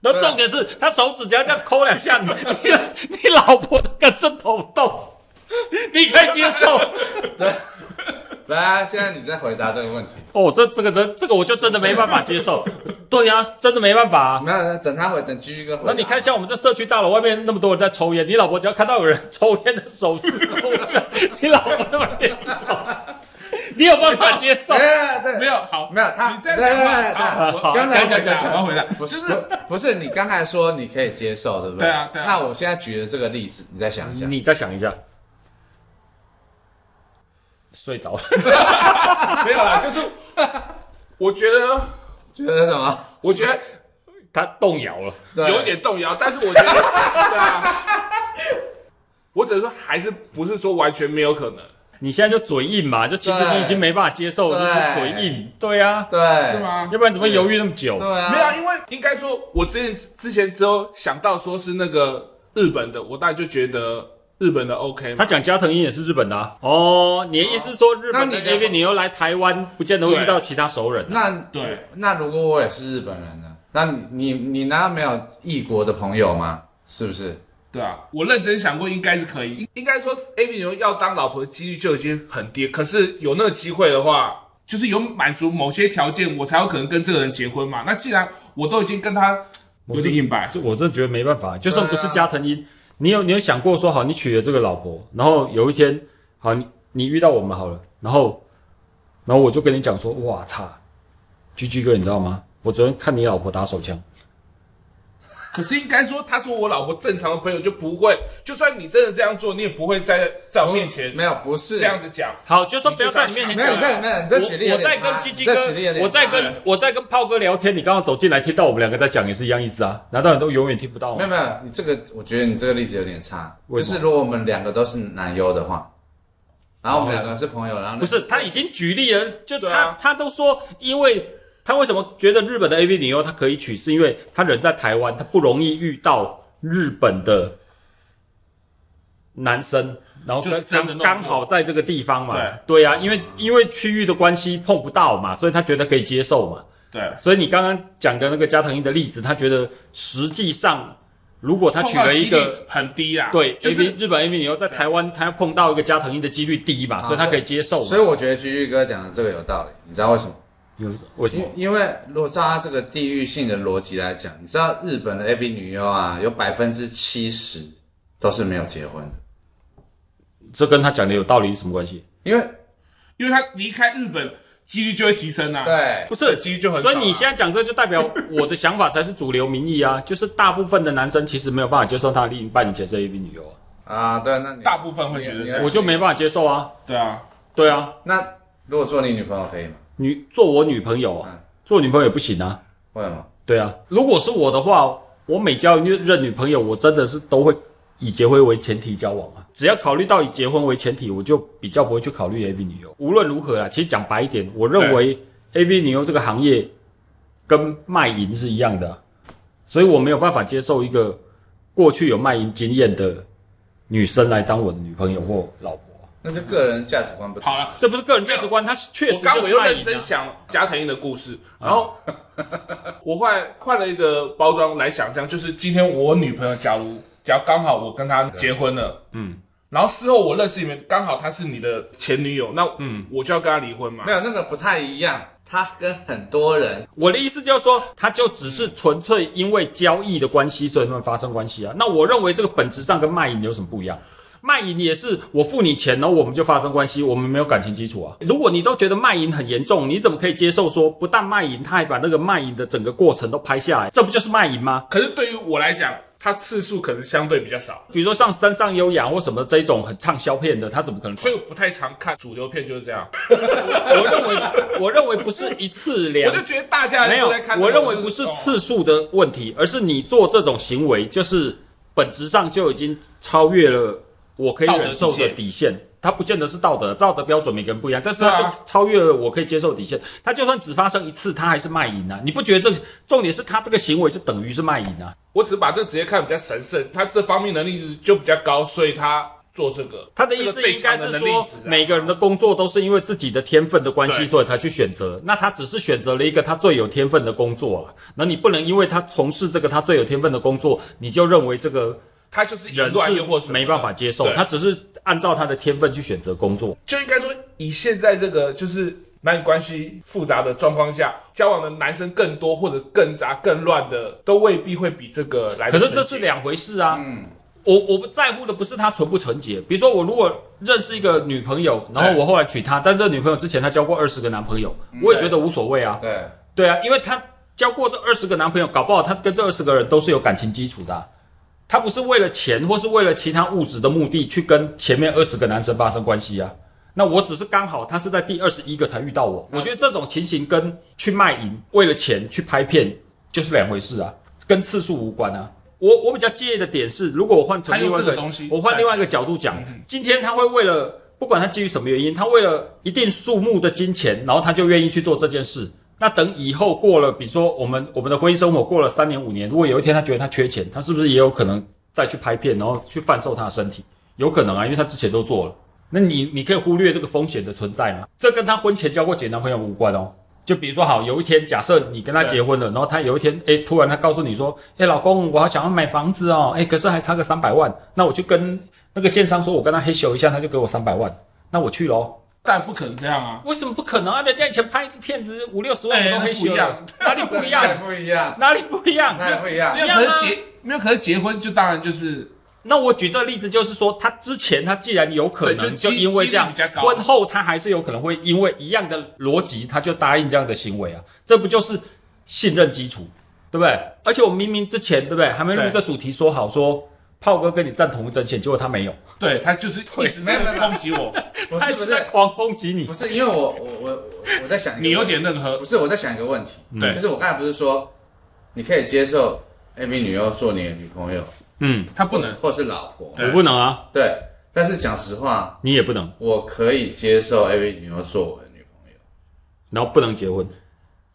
Speaker 4: 然后重点是他手指只要这样抠两下，你 <laughs> 你你老婆都跟着头动，你可以接受。
Speaker 2: 来啊，现在你再回答这个问题。
Speaker 4: 哦，这这个真这个我就真的没办法接受。对呀、真的没办法、啊。
Speaker 2: 没有，等他回，等居居哥回答。
Speaker 4: 那你看，像我们这社区大楼外面那么多人在抽烟，你老婆只要看到有人抽烟的手势抠一下，你老婆那么点头，你有办法接
Speaker 2: <laughs>
Speaker 4: 受？
Speaker 2: 哎，对，
Speaker 3: 没有好，
Speaker 2: 没有，他
Speaker 3: 你这样
Speaker 2: 对对对
Speaker 3: 讲
Speaker 2: 对
Speaker 3: 话，啊
Speaker 2: 对
Speaker 3: 好，
Speaker 2: 刚才
Speaker 3: 讲讲
Speaker 2: 我
Speaker 3: 讲，
Speaker 2: 讲
Speaker 3: 我要回来，
Speaker 2: 不
Speaker 3: 就是是
Speaker 2: 不不是，你刚才说你可以接受，对不对？
Speaker 3: 对啊对啊
Speaker 2: 那我现在举的这个例子，你再想一下。
Speaker 4: 你再想一下，睡着了。
Speaker 3: <laughs> 没有啦，就是我觉得，
Speaker 2: 觉得什么？
Speaker 3: 我觉得
Speaker 4: <laughs> 他动摇了，
Speaker 2: 对
Speaker 3: 有一点动摇，但是我觉得，对啊，我只能说还是不是说完全没有可能，
Speaker 4: 你现在就嘴硬嘛，就其实
Speaker 2: 对
Speaker 4: 你已经没办法接受，
Speaker 2: 对
Speaker 4: 你只嘴硬，对啊，
Speaker 2: 对，
Speaker 3: 是？吗
Speaker 4: 要？不然怎么犹豫那么久
Speaker 2: 对？啊，
Speaker 3: 没有啊，因为应该说，我之前之前只有想到说是那个日本的，我当然就觉得日本的 OK
Speaker 4: 他
Speaker 3: 嘛。
Speaker 4: 讲加藤鹰也是日本的啊，哦，你的意思说日本的
Speaker 2: 那你的
Speaker 4: AV 你又来台湾，不见得会遇到其他熟人啊，
Speaker 2: 那
Speaker 3: 对，
Speaker 2: 那如果我也是日本人呢？那你你你难道没有异国的朋友吗？是不是？
Speaker 3: 对啊，我认真想过，应该是可以。应应该说，A B 牛要当老婆的几率就已经很低，可是有那个机会的话，就是有满足某些条件，我才有可能跟这个人结婚嘛。那既然我都已经跟他有点硬摆，
Speaker 4: 这我真的觉得没办法，就算不是加藤鹰，你有你有想过说好，你娶了这个老婆，然后有一天好，你你遇到我们好了，然后然后我就跟你讲说，哇操，G G 哥，你知道吗？我昨天看你老婆打手枪，
Speaker 3: 可是应该说，他是我老婆正常的朋友，就不会。就算你真的这样做，你也不会在在我面前
Speaker 2: 没有，不嗯是
Speaker 3: 这样子讲。
Speaker 4: 好，就算不要
Speaker 3: 你就
Speaker 4: 在
Speaker 3: 是
Speaker 4: 你面前
Speaker 2: 没有，
Speaker 4: 讲
Speaker 2: 你。看，没有，你这举例
Speaker 4: 我
Speaker 2: 有
Speaker 4: 我
Speaker 2: 点
Speaker 4: 在
Speaker 2: 差
Speaker 4: 跟鸡鸡
Speaker 2: 这举例啊有点
Speaker 4: 哥，我在
Speaker 2: 差
Speaker 4: 跟我在跟炮哥聊天，你刚刚走进来听到我们两个在讲也是一样意思啊？难道你都永远听不到
Speaker 2: 没有
Speaker 4: 吗？
Speaker 2: 没有，你这个我觉得你这个例子有点差。
Speaker 4: 为
Speaker 2: 就
Speaker 4: 什么
Speaker 2: 是如果我们两个都是男优的话，然后我们两个是朋友，然后
Speaker 4: 不是，他已经举例了，就
Speaker 3: 对
Speaker 4: 他、
Speaker 3: 啊
Speaker 4: 他都说，因为他为什么觉得日本的 AV 女优他可以娶，是因为他人在台湾，他不容易遇到日本的男生，然后
Speaker 3: 就
Speaker 4: 刚
Speaker 3: 真的
Speaker 4: 刚
Speaker 3: 弄
Speaker 4: 刚
Speaker 3: 过
Speaker 4: 好在这个地方嘛，对啊，因为因为区域的关系碰不到嘛，所以他觉得可以接受嘛。
Speaker 3: 对，
Speaker 4: 所以你刚刚讲的那个加藤鹰的例子，他觉得实际上，如果他
Speaker 3: 碰
Speaker 4: 娶
Speaker 3: 到
Speaker 4: 了一
Speaker 3: 几率
Speaker 4: 个
Speaker 3: 很低啦，
Speaker 4: 对
Speaker 3: 就
Speaker 4: A
Speaker 3: 是
Speaker 4: B 日本 A B 以后在台湾，他要碰到一个加藤鹰的几率低嘛，
Speaker 3: 啊
Speaker 4: 所以他可以接受嘛。
Speaker 2: 所以我觉得居居哥讲的这个有道理，你知道为什么？
Speaker 4: 有为什么
Speaker 2: 因？因为如果照他这个地域性的逻辑来讲，你知道日本的 A B 女优啊，有百分之七十都是没有结婚的，
Speaker 4: 这跟他讲的有道理是什么关系？
Speaker 2: 因为
Speaker 3: 因为他离开日本几率就会提升啊。，
Speaker 2: 对
Speaker 4: 不是
Speaker 3: 几率就很少
Speaker 4: 所
Speaker 3: 啊
Speaker 4: 以你现在讲这就代表我的想法才是主流民意啊， <laughs> 就是大部分的男生其实没有办法接受他的另一半以前是 A B 女优啊，
Speaker 2: 啊，对，那你
Speaker 3: 大部分会觉得
Speaker 2: 你
Speaker 3: 这样
Speaker 2: 你
Speaker 4: 我就没办法接受啊。
Speaker 3: 对啊，
Speaker 4: 对啊，
Speaker 2: 那如果做你女朋友可以吗？
Speaker 4: 女做我女朋友啊
Speaker 2: 嗯，
Speaker 4: 做我女朋友也不行啊。
Speaker 2: 为什么？
Speaker 4: 对啊，如果是我的话，我每交一任女朋友，我真的是都会以结婚为前提交往啊。只要考虑到以结婚为前提，我就比较不会去考虑 AV 女优。无论如何啦，其实讲白一点，我认为 AV 女优这个行业跟卖淫是一样的啊、所以我没有办法接受一个过去有卖淫经验的女生来当我的女朋友或老婆啊。
Speaker 2: 那就个人价值观不同。
Speaker 3: 好了，
Speaker 4: 这不是个人价值观，它是确
Speaker 3: 我
Speaker 4: 实
Speaker 3: 刚
Speaker 4: 就
Speaker 3: 我
Speaker 4: 是
Speaker 3: 又
Speaker 4: 卖
Speaker 3: 认
Speaker 4: 淫、
Speaker 3: 真
Speaker 4: 啊。
Speaker 3: 想加藤鹰的故事，然后
Speaker 4: <laughs>
Speaker 3: 我换换了一个包装来想象，就是今天我女朋友，假如假如刚好我跟她结婚了，嗯，然后事后我认识你们，刚好她是你的前女友，那嗯，我就要跟她离婚嘛
Speaker 2: 没。有那个不太一样，他跟很多人
Speaker 4: 我的意思就是说，他就只是纯粹因为交易的关系，所以他们发生关系啊。那我认为这个本质上跟卖淫有什么不一样？卖淫也是我付你钱，然后我们就发生关系，我们没有感情基础啊。如果你都觉得卖淫很严重，你怎么可以接受说不但卖淫，他还把那个卖淫的整个过程都拍下来？这不就是卖淫吗？
Speaker 3: 可是对于我来讲，她次数可能相对比较少，
Speaker 4: 比如说像《山上优雅》或什么这一种很畅销片的，他怎么可能？
Speaker 3: 所以我不太常看主流片，就是这样。
Speaker 4: <laughs> 我认为，我认为不是一次两
Speaker 3: 我就
Speaker 4: 次
Speaker 3: 觉得大家
Speaker 4: 没
Speaker 3: 都
Speaker 4: 有
Speaker 3: 在，看那个，
Speaker 4: 我认为不是
Speaker 3: 哦
Speaker 4: 次数的问题，而是你做这种行为，就是本质上就已经超越了我可以忍受的底线。它不见得是道德，道德标准每个人不一样，但是它
Speaker 3: 对
Speaker 4: 就
Speaker 3: 啊
Speaker 4: 超越了我可以接受的底线。它就算只发生一次，它还是卖淫啊！你不觉得这重点是他这个行为就等于是卖淫啊？
Speaker 3: 我只是把这职业看得比较神圣，他这方面能力就比较高，所以他做这个。
Speaker 4: 他的意
Speaker 3: 这个
Speaker 4: 思
Speaker 3: 最
Speaker 4: 应该
Speaker 3: 强
Speaker 4: 是
Speaker 3: 的能力
Speaker 4: 说
Speaker 3: 值啊，
Speaker 4: 每个人的工作都是因为自己的天分的关系，
Speaker 3: 对
Speaker 4: 所以才去选择。那他只是选择了一个他最有天分的工作了。那你不能因为他从事这个他最有天分的工作，你就认为这个
Speaker 3: 他就是淫
Speaker 4: 人
Speaker 3: 乱又或什
Speaker 4: 是
Speaker 3: 么
Speaker 4: 没办法接受
Speaker 3: 对。
Speaker 4: 他只是按照他的天分去选择工作。
Speaker 3: 就应该说，以现在这个就是男女关系复杂的状况下，交往的男生更多或者更杂、更乱的，都未必会比这个来
Speaker 4: 可
Speaker 3: 得纯洁。
Speaker 4: 是这是两回事啊。
Speaker 3: 嗯
Speaker 4: 我我不在乎的不是他纯不纯洁。比如说，我如果认识一个女朋友，然后
Speaker 3: 对嗯
Speaker 4: 我后来娶她，但是这女朋友之前她交过二十个男朋友，我也觉得无所谓啊。
Speaker 2: 对，
Speaker 4: 对啊，因为她交过这二十个男朋友，搞不好她跟这二十个人都是有感情基础的啊、她不是为了钱或是为了其他物质的目的去跟前面二十个男生发生关系啊。那我只是刚好她是在第二十一个才遇到我，我觉得这种情形跟去卖淫为了钱去拍片就是两回事啊，跟次数无关啊。我我比较介意的点是，如果我换成
Speaker 3: 他用
Speaker 4: 另外一
Speaker 3: 这
Speaker 4: 个
Speaker 3: 个东西
Speaker 4: 我换另外一个角度讲，今天他会为了不管他基于什么原因，他为了一定数目的金钱，然后他就愿意去做这件事。那等以后过了，比如说我们我们的婚姻生活过了三年五年，如果有一天他觉得他缺钱，他是不是也有可能再去拍片，然后去贩售他的身体？有可能啊，因为他之前都做了。那你你可以忽略这个风险的存在吗？这跟他婚前交过几个男朋友无关哦。就比如说，好，有一天假设你跟他结婚了，然后他有一天，哎，突然他告诉你说，哎，老公，我好想要买房子哦，哎，可是还差个三百万，那我去跟那个建商说，我跟他黑咻一下，他就给我三百万，那我去喽。
Speaker 3: 但不可能这样啊！
Speaker 4: 为什么不可能啊？人家以前拍一支片子五六十万
Speaker 3: 哎
Speaker 4: 我都黑咻了，哪
Speaker 3: 那
Speaker 4: 里不一
Speaker 2: 那
Speaker 4: 样？
Speaker 2: 不一样，
Speaker 4: 哪里不一样？
Speaker 2: 那不一样
Speaker 3: <laughs> 没。有
Speaker 4: 一样啊
Speaker 3: 可是结没有可是结婚就当然就是
Speaker 4: 那我举这个例子就是说，他之前他既然有可
Speaker 3: 对就
Speaker 4: 能
Speaker 3: 几
Speaker 4: 就因为这样
Speaker 3: 几率比较，高
Speaker 4: 婚后他还是有可能会因为一样的逻辑，他就答应这样的行为啊，这不就是信任基础，对不对？而且我明明之前对不对，还没录
Speaker 3: 对
Speaker 4: 这主题说好说，炮哥跟你站同一阵线，结果他没有，
Speaker 3: 对他就是一直
Speaker 2: 没有没
Speaker 3: 在
Speaker 2: 有没有
Speaker 3: 攻击我，
Speaker 2: 不
Speaker 4: 他
Speaker 2: 是
Speaker 4: 一直
Speaker 2: 不
Speaker 4: 在
Speaker 2: 是
Speaker 4: 狂攻击你
Speaker 2: 不，是，因为我我我我在想一个问题，
Speaker 3: 你有点认可
Speaker 2: 不是我在想一个问题，
Speaker 3: 对
Speaker 2: 就是我刚才不是说你可以接受 A B 女优做你的女朋友，
Speaker 4: 嗯，
Speaker 3: 他不
Speaker 2: 或
Speaker 3: 能
Speaker 2: 是或是老婆，
Speaker 3: 对
Speaker 4: 我不能啊，
Speaker 2: 对，但是讲实话，
Speaker 4: 你也不能，
Speaker 2: 我可以接受 A B 女优做我的女朋友，
Speaker 4: 然后不能结婚，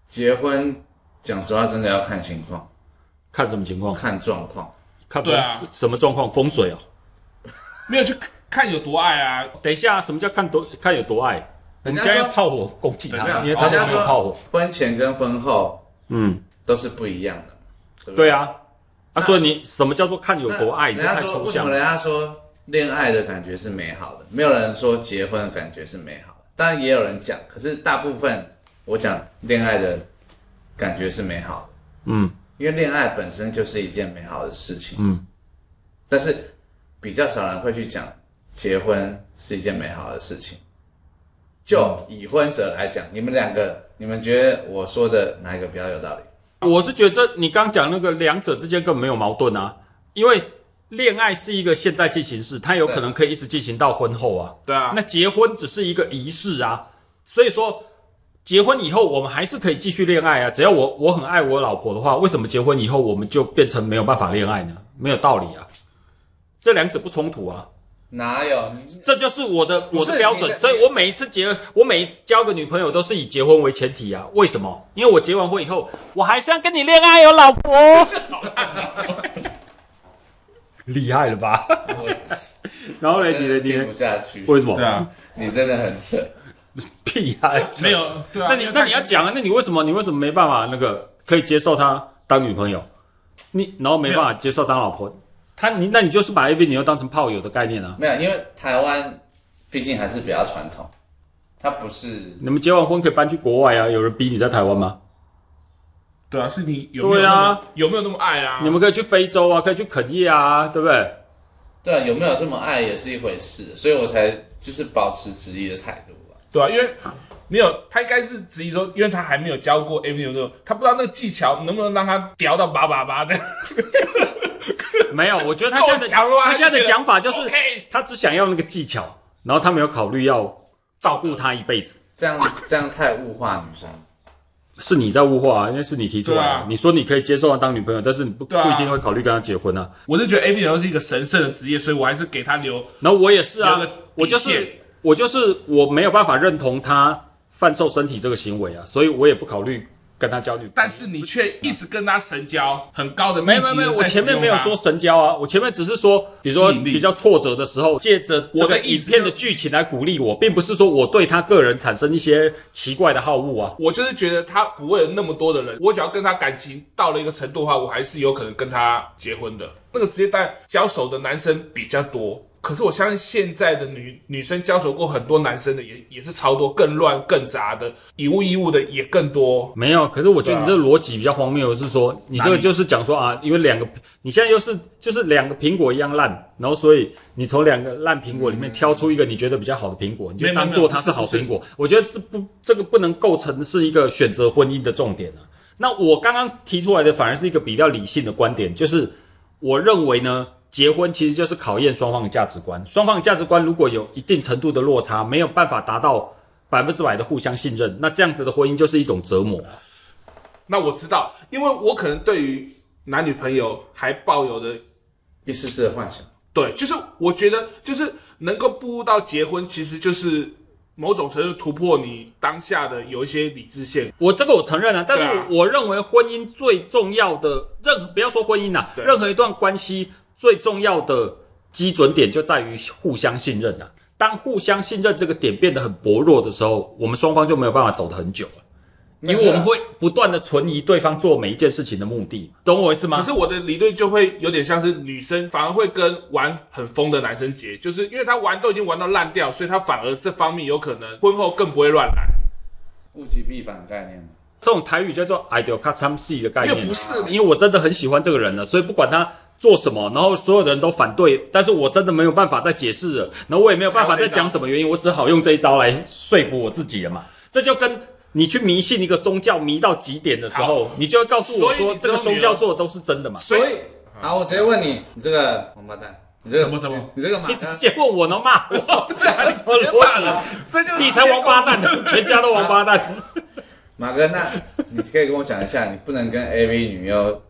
Speaker 2: 结婚讲实话真的要看情况，
Speaker 4: 看什么情况，
Speaker 2: 看状况，
Speaker 4: 看
Speaker 3: 对啊
Speaker 4: 风什么状况，风水哦。
Speaker 3: 没有去看有多爱啊！
Speaker 4: 等一下，什么叫看多看有多爱？人
Speaker 2: 人家
Speaker 4: 家要
Speaker 2: 说
Speaker 4: 炮火攻击
Speaker 2: 没有
Speaker 4: 他，啊因为他
Speaker 2: 人家
Speaker 4: 没有炮
Speaker 2: 说
Speaker 4: 火，
Speaker 2: 婚前跟婚后
Speaker 4: 嗯。
Speaker 2: 都是不一样的，对不
Speaker 4: 对
Speaker 2: 对？
Speaker 4: 啊，啊，所以你什么叫做看有多爱？你
Speaker 2: 人
Speaker 4: 这
Speaker 2: 家
Speaker 4: 太
Speaker 2: 说
Speaker 4: 抽
Speaker 2: 为什
Speaker 4: 象
Speaker 2: 么人
Speaker 4: 了。
Speaker 2: 家说恋爱的感觉是美好的，没有人说结婚的感觉是美好的。当然也有人讲，可是大部分我讲恋爱的感觉是美好的，
Speaker 4: 嗯，
Speaker 2: 因为恋爱本身就是一件美好的事情。
Speaker 4: 嗯，
Speaker 2: 但是比较少人会去讲结婚是一件美好的事情。就
Speaker 4: 嗯
Speaker 2: 已婚者来讲，你们两个，你们觉得我说的哪一个比较有道理？
Speaker 4: 我是觉得这你刚讲那个两者之间根本没有矛盾啊，因为恋爱是一个现在进行式，它有可能可以一直进行到婚后啊。
Speaker 3: 对啊，
Speaker 4: 那结婚只是一个仪式啊，所以说结婚以后我们还是可以继续恋爱啊。只要我我很爱我老婆的话，为什么结婚以后我们就变成没有办法恋爱呢？没有道理啊，这两者不冲突啊。
Speaker 2: 哪有？你
Speaker 4: 这就是我的
Speaker 2: 不
Speaker 4: 我
Speaker 2: 是
Speaker 4: 的标
Speaker 2: 你
Speaker 4: 准，
Speaker 2: 的
Speaker 4: 所以我每一次结，我每一次交个女朋友都是以结婚为前提啊。为什么？因为我结完婚以后，我还是要跟你恋爱哟，哦老婆。 <laughs> 厉害了吧？
Speaker 2: 我
Speaker 4: 然后嘞，你的
Speaker 2: 真的
Speaker 4: 你
Speaker 2: 听不
Speaker 4: 的
Speaker 2: 下去。
Speaker 4: 为什么？
Speaker 3: 对啊，
Speaker 2: 你真的很扯。
Speaker 4: 屁啊！
Speaker 3: 没。有对啊。
Speaker 4: 那你那你要讲啊，那你为什么你为什么没办法那个可以接受她当女朋友？你然后没办法接受当老婆，她你那你就是把 A V 女优当成炮友的概念啊。
Speaker 2: 没有，因为台湾毕竟还是比较传统，它不是
Speaker 4: 你们结完婚可以搬去国外啊？有人逼你在台湾吗？
Speaker 3: 对啊，是你有没有
Speaker 4: 对啊
Speaker 3: 那么有没有那么爱啊？
Speaker 4: 你们可以去非洲啊，可以去垦叶啊，对不对？
Speaker 2: 对啊，有没有这么爱也是一回事，所以我才就是保持质疑的态度吧。
Speaker 3: 对啊，因为没有他应该是质疑说，因为他还没有教过 AV 那种，他不知道那个技巧能不能让他屌到叭叭叭的。
Speaker 4: 没有，我觉得他现在
Speaker 3: 够
Speaker 4: 的
Speaker 3: <laughs> 强啊了吧
Speaker 4: 他现在的讲法就是
Speaker 3: 这个 OK
Speaker 4: 他只想要那个技巧，然后他没有考虑要照顾他一辈子。
Speaker 2: 这样这样太物化女生。
Speaker 4: 是你在物化、啊，因为是你提出来的。
Speaker 3: 对啊
Speaker 4: 你说你可以接受她当女朋友，但是你不、
Speaker 3: 对啊
Speaker 4: 不一定会考虑跟她结婚啊。
Speaker 3: 我是觉得 AV 女优是一个神圣的职业，所以我还是给他留。
Speaker 4: 然后我也是
Speaker 3: 有
Speaker 4: 啊
Speaker 3: 个底线，
Speaker 4: 我就是我就是我没有办法认同他贩售身体这个行为啊，所以我也不考虑跟他交女朋友，
Speaker 3: 但是你却一直跟他神交，很高的密
Speaker 4: 没
Speaker 3: 集
Speaker 4: 有没有没
Speaker 3: 地
Speaker 4: 有，
Speaker 3: 在
Speaker 4: 我前面
Speaker 3: 使用
Speaker 4: 没有
Speaker 3: 它
Speaker 4: 说神交啊，我前面只是说，比如说
Speaker 3: 吸引力
Speaker 4: 比较挫折的时候，借着这
Speaker 3: 我
Speaker 4: 个
Speaker 3: 的
Speaker 4: 影
Speaker 3: 意思
Speaker 4: 片的剧情来鼓励我，并不是说我对他个人产生一些奇怪的好恶啊。
Speaker 3: 我就是觉得他不为了那么多的人，我只要跟他感情到了一个程度的话，我还是有可能跟他结婚的。那个职业带交手的男生比较多，可是我相信现在的女女生交手过很多男生的也也是超多，更乱更杂的，以物易物的也更多。
Speaker 4: 没有，可是我觉得你这
Speaker 3: 对啊
Speaker 4: 个逻辑比较荒谬，是说
Speaker 3: 啊
Speaker 4: 你这个就是讲说啊，因为两个你现在又是就是两个苹果一样烂，然后所以你从两个烂苹果里面
Speaker 3: 嗯
Speaker 4: 挑出一个你觉得比较好的苹果，你就
Speaker 3: 没有
Speaker 4: 当
Speaker 3: 没有
Speaker 4: 做
Speaker 3: 不
Speaker 4: 它
Speaker 3: 是
Speaker 4: 是好
Speaker 3: 不是
Speaker 4: 苹果。我觉得这不这个不能构成是一个选择婚姻的重点啊。那我刚刚提出来的反而是一个比较理性的观点，就是我认为呢，结婚其实就是考验双方的价值观。双方的价值观如果有一定程度的落差，没有办法达到百分之百的互相信任，那这样子的婚姻就是一种折磨。
Speaker 3: 那我知道，因为我可能对于男女朋友还抱有的
Speaker 2: 一丝丝的幻想。
Speaker 3: 对，就是我觉得，就是能够步入到结婚，其实就是某种程度突破你当下的有一些理智线。
Speaker 4: 我这个我承认啊，但是
Speaker 3: 对啊
Speaker 4: 我认为婚姻最重要的任何不要说婚姻啊，
Speaker 3: 对
Speaker 4: 任何一段关系最重要的基准点就在于互相信任啊。当互相信任这个点变得很薄弱的时候，我们双方就没有办法走得很久了，因为我们会不断的存疑对方做每一件事情的目的，懂我意思吗？
Speaker 3: 可是我的理论就会有点像是女生反而会跟玩很疯的男生结，就是因为他玩都已经玩到烂掉，所以他反而这方面有可能婚后更不会乱来。
Speaker 2: 物极必反概念嘛，
Speaker 4: 这种台语叫做 “idol cut some see” 的概
Speaker 3: 没
Speaker 4: 念，
Speaker 3: 有不是
Speaker 4: 因为我真的很喜欢这个人了，所以不管他做什么，然后所有的人都反对，但是我真的没有办法再解释了，然后我也没有办法再讲什么原因，我只好用这一招来说服我自己了嘛。这就跟你去迷信一个宗教迷到极点的时候，你就会告诉我
Speaker 3: 所以
Speaker 4: 说
Speaker 3: 你
Speaker 4: 这个
Speaker 3: 只有
Speaker 4: 宗
Speaker 3: 女儿
Speaker 4: 教说的都是真的嘛。
Speaker 3: 所
Speaker 2: 所
Speaker 3: 以
Speaker 2: 以好，我直接问你，你这个王八蛋，你这个
Speaker 3: 什么什么？
Speaker 2: 你这个马
Speaker 4: 你直
Speaker 2: 哥，
Speaker 4: 接问我能骂
Speaker 3: <laughs>
Speaker 4: 我，对啊，你什么
Speaker 3: 骂
Speaker 4: 逻
Speaker 3: 了
Speaker 4: 辑？，
Speaker 3: 这就是
Speaker 4: 你才王八蛋
Speaker 3: <laughs>
Speaker 4: 呢，全家都王八蛋。
Speaker 2: 马哥，那你可以跟我讲一下，你不能跟 AV 女优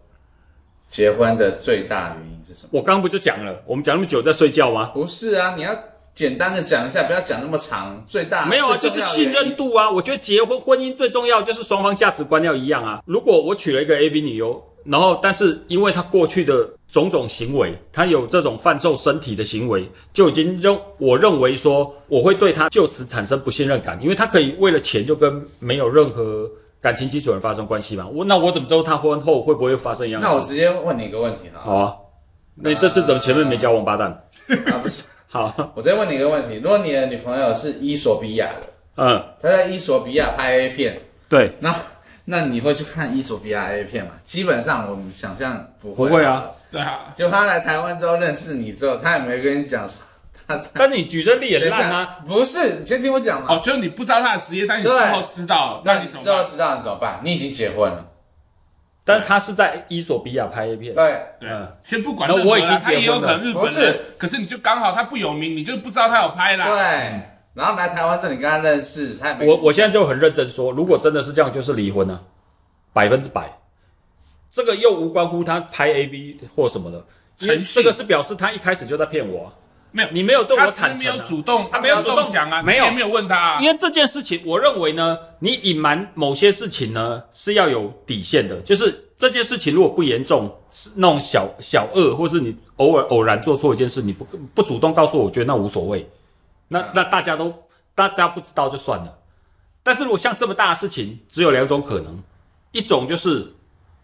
Speaker 2: 结婚的最大原因是什么？
Speaker 4: 我刚刚不就讲了，我们讲那么久在睡觉吗？
Speaker 2: 不是啊，你要简单的讲一下，不要讲那么长。最大
Speaker 4: 没有啊，就是信任。度啊。我觉得结婚婚姻最重要就是双方价值观要一样啊。如果我娶了一个 AV 女优，然后但是因为她过去的种种行为，她有这种贩售身体的行为，就已经认我认为说我会对她就此产生不信任感，因为她可以为了钱就跟没有任何感情基础的人发生关系嘛。我那我怎么知道她婚后会不会发生一样的
Speaker 2: 那我
Speaker 4: 事？
Speaker 2: 直接问你一个问题哈，
Speaker 4: 好啊，那你这次怎么前面没教王八蛋？
Speaker 2: 啊不是，
Speaker 4: 好，
Speaker 2: 我直接问你一个问题：如果你的女朋友是伊索比亚的，
Speaker 4: 嗯，
Speaker 2: 她在伊索比亚拍 A 片， <laughs>
Speaker 4: 对，
Speaker 2: 那那你会去看伊索比亚 A 片吗？基本上我们想象不
Speaker 4: 不
Speaker 2: 会。
Speaker 4: 会啊。
Speaker 3: 对啊，
Speaker 2: 就他来台湾之后认识你之后，他也没跟你讲说他
Speaker 4: 但你举这例也
Speaker 2: 等一
Speaker 4: 烂啊。
Speaker 2: 下，不是，你先听我讲嘛。
Speaker 3: 哦，就是你不知道他的职业，但你事
Speaker 2: 对
Speaker 3: 后知道，
Speaker 2: 那
Speaker 3: 你
Speaker 2: 你
Speaker 3: 怎么
Speaker 2: 知道
Speaker 3: 办？
Speaker 2: 知道你怎么办？你已经结婚了，
Speaker 4: 但是他是在伊索比亚拍 A 片，
Speaker 2: 对，
Speaker 3: 对
Speaker 4: 嗯，
Speaker 3: 先不管
Speaker 4: 那
Speaker 3: 任何啦，
Speaker 4: 我已经
Speaker 3: 啊他也
Speaker 4: 结
Speaker 3: 有
Speaker 4: 婚了
Speaker 3: 可能日
Speaker 2: 不
Speaker 3: 本人
Speaker 2: 是，
Speaker 3: 可是你就刚好他不有名，你就不知道他有拍啦。
Speaker 2: 对，然后来台湾这里跟他认识，他也没
Speaker 4: 啊我我现在就很认真说，如果真的是这样，就是离婚啊，百分之百。这个又无关乎他拍 A V 或什么的，因为
Speaker 3: 诚
Speaker 4: 这
Speaker 3: 信
Speaker 4: 个是表示他一开始就在骗我啊、
Speaker 3: 没有，
Speaker 4: 你没有对我
Speaker 3: 他只
Speaker 4: 坦
Speaker 3: 是没
Speaker 4: 诚啊
Speaker 3: 有主动，
Speaker 4: 他没有主动
Speaker 3: 讲啊，
Speaker 4: 没有 <laughs>
Speaker 3: 你也没有问他啊。
Speaker 4: 因为这件事情，我认为呢，你隐瞒某些事情呢是要有底线的，就是这件事情如果不严重，是那种小小恶，或是你偶尔偶然做错一件事，你不不主动告诉我，我觉得那无所谓。那那大家都大家不知道就算了。但是如果像这么大的事情，只有两种可能，一种就是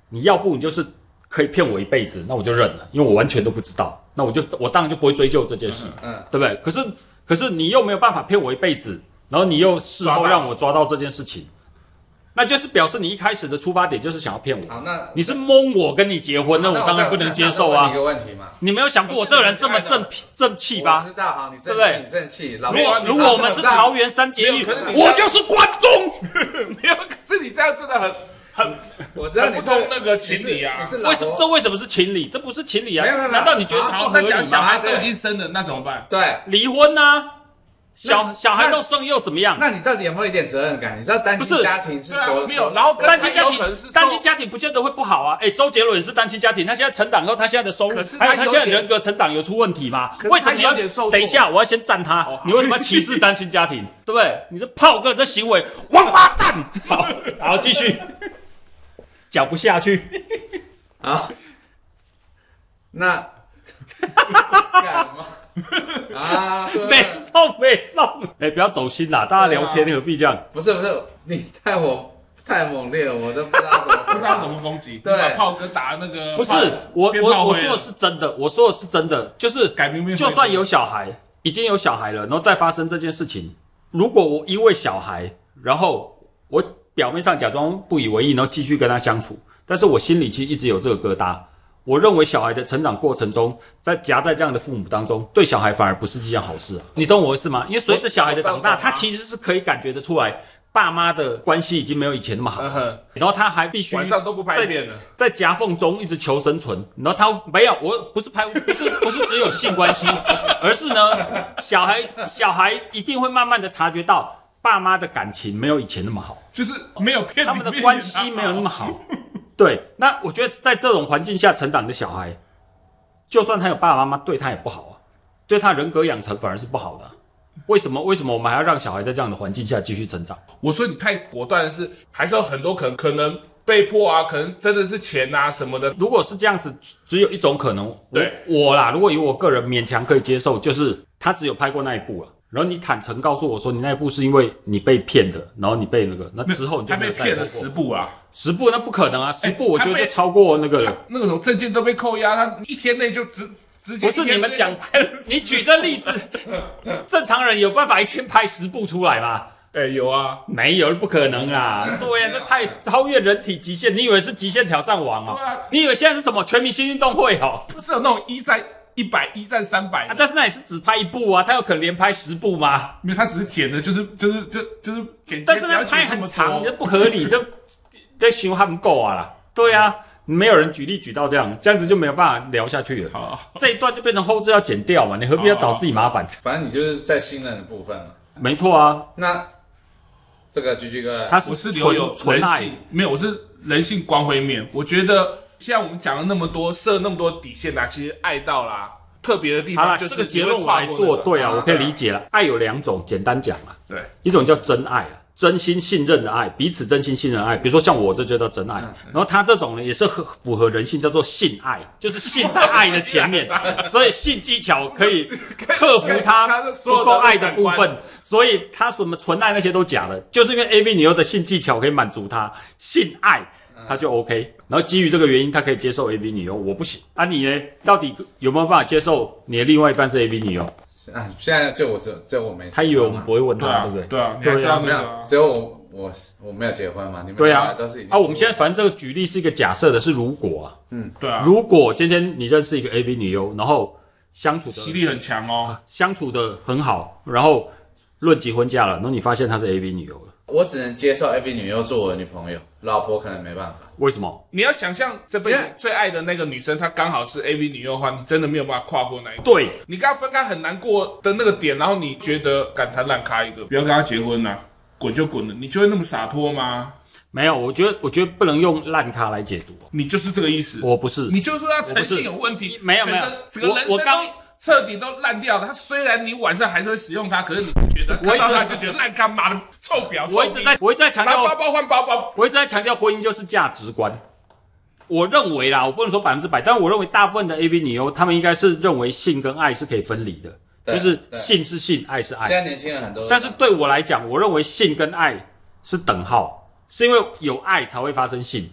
Speaker 4: 你要不你就是可以骗我一辈子，那我就认了，因为我完全都不知道，那我就我当然就不会追究这件事，
Speaker 2: 嗯嗯
Speaker 4: 对不对？可是可是你又没有办法骗我一辈子，然后你又事后
Speaker 3: 抓到
Speaker 4: 让我抓到这件事情，那就是表示你一开始的出发点就是想要骗我，
Speaker 2: 好那
Speaker 4: 你是蒙我跟你结婚，那我当然不能接受
Speaker 2: 一
Speaker 4: 啊！
Speaker 2: 个问题嘛，
Speaker 4: 你没有想过我这个人这么正正气吧
Speaker 2: 我？知道，好，你
Speaker 4: 对
Speaker 2: 正
Speaker 4: 不对
Speaker 2: 气，你正气。老
Speaker 4: 如
Speaker 2: 婆
Speaker 4: 果
Speaker 3: 没有
Speaker 4: 如果我们是桃园三结义，
Speaker 3: 没有可是你
Speaker 4: 我就是关公。
Speaker 3: 没有，可是你这样真的很很
Speaker 2: 我知道你是
Speaker 3: 不通那个情理啊
Speaker 2: 你是你是老
Speaker 4: 为什么这
Speaker 2: 婆，
Speaker 4: 为什么是情理？这不是情理啊
Speaker 2: 没有没有！没有
Speaker 4: 难道你觉得
Speaker 2: 好
Speaker 4: 不
Speaker 3: 好，
Speaker 4: 合
Speaker 3: 他
Speaker 4: 理
Speaker 3: 讲小
Speaker 4: 吗？
Speaker 3: 孩都已经生了，那怎么办？
Speaker 2: 对，
Speaker 4: 离婚啊，小
Speaker 2: 那
Speaker 4: 小孩
Speaker 2: 那
Speaker 4: 都生又怎么样？
Speaker 2: 那你到底有没有一点责任感？你知道单亲
Speaker 4: 不是
Speaker 2: 家庭是
Speaker 3: 对啊
Speaker 2: 多
Speaker 3: 没有然后跟
Speaker 4: 单亲家
Speaker 3: 有可能是
Speaker 4: 庭，
Speaker 3: 受
Speaker 4: 单亲家庭不见得会不好啊。哎，周杰伦也是单亲家庭，他现在成长后，他现在的收入
Speaker 3: 可，是他
Speaker 4: 还有他
Speaker 3: 有
Speaker 4: 现在
Speaker 3: 点
Speaker 4: 人格成长有出问题吗？
Speaker 3: 可是他
Speaker 4: 为什么你要
Speaker 3: 有点受挫
Speaker 4: 等一下，我要先赞他
Speaker 3: 哦好。
Speaker 4: 你为什么要歧视单 <laughs>
Speaker 3: <laughs>
Speaker 4: 亲家庭？对不对？你这炮哥这行为，王八蛋！好，好，继续。
Speaker 5: 讲不下去。
Speaker 2: 好，啊 <laughs> 那 <laughs> 干嘛啊？不是
Speaker 5: 没送，没送。
Speaker 4: 哎、不要走心啦，大家
Speaker 3: 啊
Speaker 4: 聊天何必这样？
Speaker 2: 不是不是，你太我太猛烈了，我都不知道怎么
Speaker 3: 不知道怎么攻击，
Speaker 2: 对
Speaker 3: 你把炮哥打那个
Speaker 4: 不是
Speaker 3: 炮
Speaker 4: 我
Speaker 3: 鞭
Speaker 4: 我
Speaker 3: 炮
Speaker 4: 我
Speaker 3: 灰啊
Speaker 4: 说的是真的，我说的是真的，就是
Speaker 3: 改名变
Speaker 4: 就算有小孩，已经有小孩了，然后再发生这件事情，如果我因为小孩，然后我表面上假装不以为意，然后继续跟他相处，但是我心里其实一直有这个疙瘩。我认为小孩的成长过程中，在夹在这样的父母当中，对小孩反而不是一件好事啊！你懂我意思吗？因为随着小孩的长大，
Speaker 3: 我懂啊
Speaker 4: 他其实是可以感觉得出来，爸妈的关系已经没有以前那么好，
Speaker 3: 嗯哼
Speaker 4: 然后他还必须
Speaker 3: 晚上都不拍
Speaker 4: 在
Speaker 3: 片了，
Speaker 4: 在夹缝中一直求生存，然后他没有，我不是拍，不是不是只有性关系，而是呢，小孩小孩一定会慢慢的察觉到爸妈的感情没有以前那么好，
Speaker 3: 就是没有骗
Speaker 4: 他们的关系没有那么好。对，那我觉得在这种环境下成长的小孩，就算他有爸爸妈妈，对他也不好啊，对他人格养成反而是不好的啊、为什么？为什么我们还要让小孩在这样的环境下继续成长？
Speaker 3: 我说你太果断的是，还是有很多可能可能被迫啊，可能真的是钱啊什么的。
Speaker 4: 如果是这样子，只只有一种可能，
Speaker 3: 对
Speaker 4: 我我啦，如果以我个人勉强可以接受，就是他只有拍过那一部了。然后你坦诚告诉我说，你那一部是因为你被骗的，然后你被那个，那之后你就
Speaker 3: 他
Speaker 4: 没
Speaker 3: 被
Speaker 4: 有再
Speaker 3: 骗
Speaker 4: 拍
Speaker 3: 了
Speaker 4: 过
Speaker 3: 十部啊，
Speaker 4: 十部，那不可能啊！十部我觉
Speaker 3: 他
Speaker 4: 得
Speaker 3: 被
Speaker 4: 就超过那个了。
Speaker 3: 那个什么证件都被扣押，他一天内就直直接
Speaker 4: 不是你们讲，你举这例
Speaker 3: <laughs>
Speaker 4: 子，正常人有办法一天拍十部出来吗？
Speaker 3: 哎、有啊，
Speaker 4: 没有，不可能啦！对呀、这太超越人体极限。你以为是极限挑战王哦？
Speaker 3: 对啊
Speaker 4: 你以为现在是什么全明星运动会哦？
Speaker 3: 不是有那种一战一百、一战三百
Speaker 4: 啊，，但是那也是只拍一部啊，他有可能连拍十部吗？
Speaker 3: 没有，他只是剪的，就是就是就就是剪，
Speaker 4: 但是他拍很长，这不合理，这 <laughs> 这循环不够啊啦。对啊，没有人举例举到这样，这样子就没有办法聊下去了。
Speaker 3: 好，啊
Speaker 4: 这一段就变成后置要剪掉嘛，你何必要找自己麻
Speaker 3: 哦
Speaker 4: 烦？
Speaker 2: 反正你就是在信任的部分嘛。
Speaker 4: 没错啊，
Speaker 2: 那这个居居哥，啊
Speaker 4: 他是
Speaker 3: 我是留有
Speaker 4: 纯纯
Speaker 3: 人
Speaker 4: 爱
Speaker 3: 性，，没有，我是人性光辉面。我觉得现在我们讲了那么多，设了那么多底线啦、其实爱到啦特别的地
Speaker 4: 好啦，
Speaker 3: 方，就是
Speaker 4: 这个结
Speaker 3: 你会
Speaker 4: 论我
Speaker 3: 跨
Speaker 4: 来
Speaker 3: 过
Speaker 4: 做，
Speaker 3: 那个
Speaker 4: 对啊，
Speaker 3: 啊
Speaker 4: 我可以理解了。爱有两种，简单讲啊，
Speaker 3: 对。
Speaker 4: 一种叫真爱啊，真心信任的爱，彼此真心信任的爱。比如说像我这就叫真
Speaker 3: 嗯
Speaker 4: 爱，然后他这种呢也是很符合人性，叫做性爱，就是性在爱的前
Speaker 3: <laughs>
Speaker 4: 面，所以性技巧可以克服他不够爱的部分，所以他什么纯爱那些都假的，就是因为 A V 女优的性技巧可以满足他性爱。他就 OK，然后基于这个原因，他可以接受 A V 女优，我不行啊！你呢？到底有没有办法接受你的另外一半是 A V 女优？
Speaker 2: 啊，现在就我只有只有我没结婚嘛，
Speaker 4: 他以为我们不会问
Speaker 3: 对
Speaker 4: 他，
Speaker 3: 啊，
Speaker 4: 对不对？
Speaker 3: 对啊，你还是要
Speaker 2: 没
Speaker 3: 那个啊
Speaker 2: 有，只有我我我没有结婚嘛，你们
Speaker 4: 对
Speaker 2: 两
Speaker 4: 啊
Speaker 2: 个都是已经
Speaker 4: 啊，我们现在反正这个举例是一个假设的，是如果啊，
Speaker 3: 对啊，
Speaker 4: 如果今天你认识一个 A B 女优，然后相处
Speaker 3: 吸
Speaker 4: 的
Speaker 3: 力很强哦。
Speaker 4: 相处的很好，然后论及婚嫁了，然后你发现她是 A B 女优了，
Speaker 2: 我只能接受 AV 女优做我的女朋友，老婆可能没办法。
Speaker 4: 为什么？
Speaker 3: <laughs> 你要想象这辈子
Speaker 2: Yeah
Speaker 3: 最爱的那个女生，她刚好是 AV 女优的话，你真的没有办法跨过那一步。
Speaker 4: 对，
Speaker 3: 你跟她分开很难过的那个点，然后你觉得感叹烂咖一个，不要跟她结婚呐、啊滚就滚了，你就会那么洒脱吗？
Speaker 4: 没有，我觉得我觉得不能用烂咖来解读，
Speaker 3: 你就是这个意思。
Speaker 4: 我不是，
Speaker 3: 你就说他诚信有问题，
Speaker 4: 我不是没有
Speaker 3: 整个
Speaker 4: 没有
Speaker 3: 整个人生
Speaker 4: 我我刚
Speaker 3: 都彻底都烂掉了。他虽然你晚上还是会使用它，可是你觉得
Speaker 4: 我
Speaker 3: 看
Speaker 4: 一直
Speaker 3: 到它就觉得烂干妈的臭婊臭逼，
Speaker 4: 我一直在我一直在强
Speaker 3: 拿包
Speaker 4: 调，
Speaker 3: 包换包包，
Speaker 4: 我一直在强调婚姻就是价值观。我认为啦，我不能说百分之百，但我认为大部分的 A B 女优，她们应该是认为性跟爱是可以分离的，
Speaker 2: 对
Speaker 4: 就是
Speaker 2: 对
Speaker 4: 性是性，爱是爱
Speaker 2: 现。在年轻人很多，
Speaker 4: 但是对我来讲，我认为性跟爱是等号，是因为有爱才会发生性。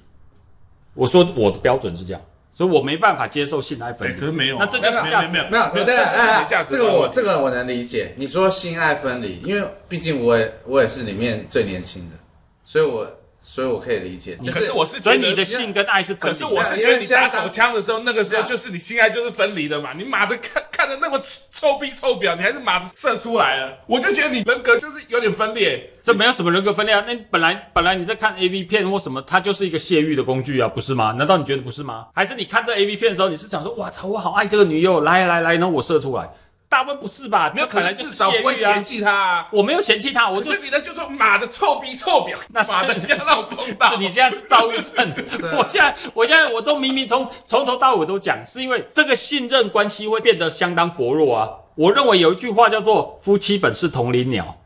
Speaker 4: 我说我的标准是这样，所以我没办法接受性爱分
Speaker 3: 哎，
Speaker 4: 离。
Speaker 3: 可是没有啊，
Speaker 4: 那这就是
Speaker 3: 没
Speaker 4: 价
Speaker 3: 有
Speaker 4: 值
Speaker 3: 没有
Speaker 2: 没有，
Speaker 3: 没有，
Speaker 2: 对
Speaker 3: 这就是你的
Speaker 2: 哎
Speaker 3: 价
Speaker 2: 哎，
Speaker 3: 值
Speaker 2: 这
Speaker 3: 观
Speaker 2: 个我这个我能理解。你说性爱分离，因为毕竟我也我也是里面最年轻的，所以我所以我可以理解。就
Speaker 3: 可是我是觉
Speaker 4: 所
Speaker 3: 得
Speaker 4: 以你的性跟爱是分
Speaker 3: 可
Speaker 4: 离
Speaker 3: 是
Speaker 4: 的。
Speaker 3: 我是觉得你打手枪的时候，那个时候就是你心爱就是分离的嘛。你妈的看看的那么臭逼臭婊，你还是妈的射出来了，我就觉得你人格就是有点分裂。
Speaker 4: 这没有什么人格分裂啊。那本来本来你在看 A V 片或什么，它就是一个泄欲的工具啊，不是吗？难道你觉得不是吗？还是你看这 A V 片的时候，你是想说，哇操，我好爱这个女优，来来来，然后我射出来，大部分不是吧？
Speaker 3: 没有，
Speaker 4: 可
Speaker 3: 可
Speaker 4: 能
Speaker 3: 能
Speaker 4: 就
Speaker 3: 至
Speaker 4: 是
Speaker 3: 少
Speaker 4: 泄
Speaker 3: 不会
Speaker 4: 欲啊
Speaker 3: 嫌。弃他、啊。
Speaker 4: 我没有嫌弃她，我
Speaker 3: 可
Speaker 4: 就是
Speaker 3: 你的就说妈的臭逼臭婊，
Speaker 4: 那是
Speaker 3: 妈的你要让我碰到
Speaker 4: 是 <laughs> 你现在是躁郁症，
Speaker 3: 啊
Speaker 4: 我现在我现在我都明明从从头到尾都讲，是因为这个信任关系会变得相当薄弱啊。我认为有一句话叫做“夫妻本是同林鸟”，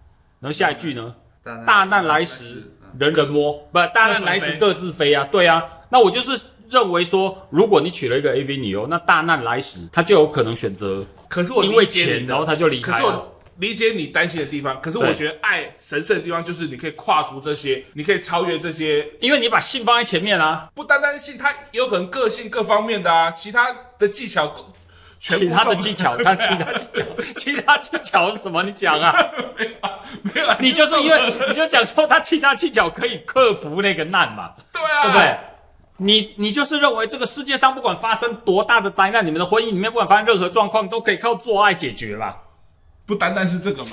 Speaker 4: 然后下一句呢？
Speaker 2: 大
Speaker 3: 嗯
Speaker 4: 大难来时人人摸，不，大难来时各自飞啊，对啊。那我就是认为说，如果你娶了一个 AV 女优，那大难来时，她就有可能选择
Speaker 3: 可是我理解
Speaker 4: 因为钱
Speaker 3: 你的
Speaker 4: 然后他就离开
Speaker 3: 可是
Speaker 4: 了
Speaker 3: 我理解你担心的地方，可是我
Speaker 4: 对
Speaker 3: 觉得爱神圣的地方就是你可以跨足这些，你可以超越这些，
Speaker 4: 因为你把性放在前面啦、啊
Speaker 3: 不单单性，它也有可能个性各方面的啊，其他的技巧都全部
Speaker 4: 其他的
Speaker 3: 重
Speaker 4: 技巧，他其他技巧，其他技巧是什么？你讲啊，
Speaker 3: 没有 <laughs> 啊，
Speaker 4: 你就是因为你就讲说他其他技巧可以克服那个难嘛，
Speaker 3: 对啊，
Speaker 4: 对不对？你你就是认为这个世界上不管发生多大的灾难，你们的婚姻里面不管发生任何状况，都可以靠做爱解决嘛？
Speaker 3: 不单单是这个嘛，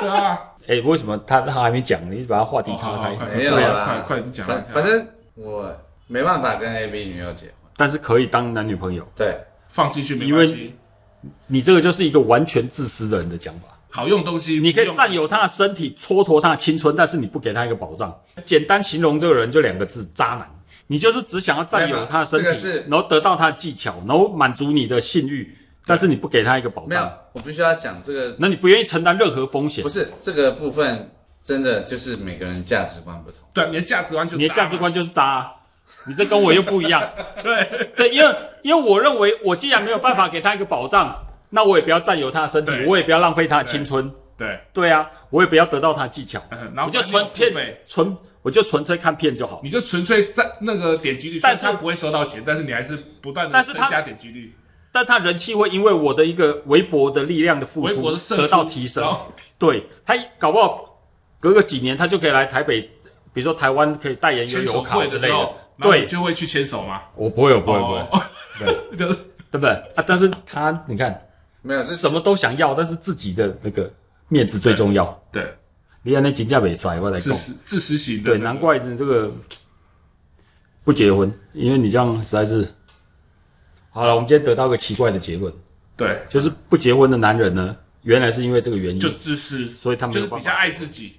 Speaker 3: 对啊，
Speaker 4: 哎、为什么他他还没讲，你把他话题岔开？啊
Speaker 3: 哦好好快
Speaker 2: 没有啦，
Speaker 3: 快快你讲啊
Speaker 2: 反
Speaker 3: 快
Speaker 2: 反正我没办法跟 A B 女友结婚。
Speaker 4: 但是可以当男女朋友，
Speaker 2: 对，
Speaker 3: 放进去没
Speaker 4: 因
Speaker 3: 关
Speaker 4: 为
Speaker 3: 系，
Speaker 4: 你这个就是一个完全自私的人的讲法。
Speaker 3: 好用东西
Speaker 4: 你可以
Speaker 3: 用
Speaker 4: 占有他的身体，蹉跎他的青春，但是你不给他一个保障。简单形容这个人就两个字：渣男。你就是只想要占有他的身体，
Speaker 2: 没有这个是
Speaker 4: 然后得到他的技巧，然后满足你的性欲，但是你不给他一个保
Speaker 2: 没有
Speaker 4: 障，，
Speaker 2: 我必须要讲这个，
Speaker 4: 那你不愿意承担任何风险
Speaker 2: 不，是这个部分，真的就是每个人价值观不同。
Speaker 3: 对你的价值观就
Speaker 4: 你的
Speaker 3: 渣嘛
Speaker 4: 价值观就是渣、啊。你这跟我又不一
Speaker 2: <laughs>
Speaker 4: 样，对对，因为因为我认为我既然没有办法给他一个保障，那我也不要占有他的身体
Speaker 3: 对，
Speaker 4: 我也不要浪费他的青春，
Speaker 3: 对，
Speaker 4: 对啊，我也不要得到他的技巧，
Speaker 3: 嗯然
Speaker 4: 我
Speaker 3: 后
Speaker 4: 就
Speaker 3: 反正
Speaker 4: 纯
Speaker 3: 你有付
Speaker 4: 骗
Speaker 3: 费
Speaker 4: 纯，我就纯粹看片就好。
Speaker 3: 你就纯粹在那个点击率，
Speaker 4: 但是
Speaker 3: 虽然他不会收到钱，但是你还是不断的
Speaker 4: 但是
Speaker 3: 增
Speaker 4: 他
Speaker 3: 加点击率，
Speaker 4: 但他人气会因为我的一个微薄的力量的付
Speaker 3: 微
Speaker 4: 出
Speaker 3: 博的胜
Speaker 4: 得到
Speaker 3: 出
Speaker 4: 提升
Speaker 3: 然，后
Speaker 4: 对他搞不好隔个几年他就可以来台北，比如说台湾可以代言悠
Speaker 3: 牵
Speaker 4: 游
Speaker 3: 手
Speaker 4: 卡
Speaker 3: 会
Speaker 4: 之
Speaker 3: 的
Speaker 4: 类
Speaker 3: 时
Speaker 4: 的
Speaker 3: 候，，然后你
Speaker 4: 对，
Speaker 3: 就会去牵手嘛，
Speaker 4: 我不会，我不会，不会，
Speaker 3: 哦， <laughs> 就是
Speaker 4: 对不对啊？但是他你看
Speaker 2: 没有，这
Speaker 4: 什么都想要，但是自己的那个面子最重要。
Speaker 3: 对，
Speaker 4: 你看那金价北塞，我来
Speaker 3: 自
Speaker 4: 讲，
Speaker 3: 私自私型的，
Speaker 4: 对，难怪你这个不结婚，因为你这样实在是。好了，我们今天得到一个奇怪的结论，
Speaker 3: 对，
Speaker 4: 就是不结婚的男人呢，原来是因为这个原因，
Speaker 3: 就是自私，
Speaker 4: 所以他没
Speaker 3: 就
Speaker 4: 有
Speaker 3: 是
Speaker 4: 办法
Speaker 3: 比较爱自己，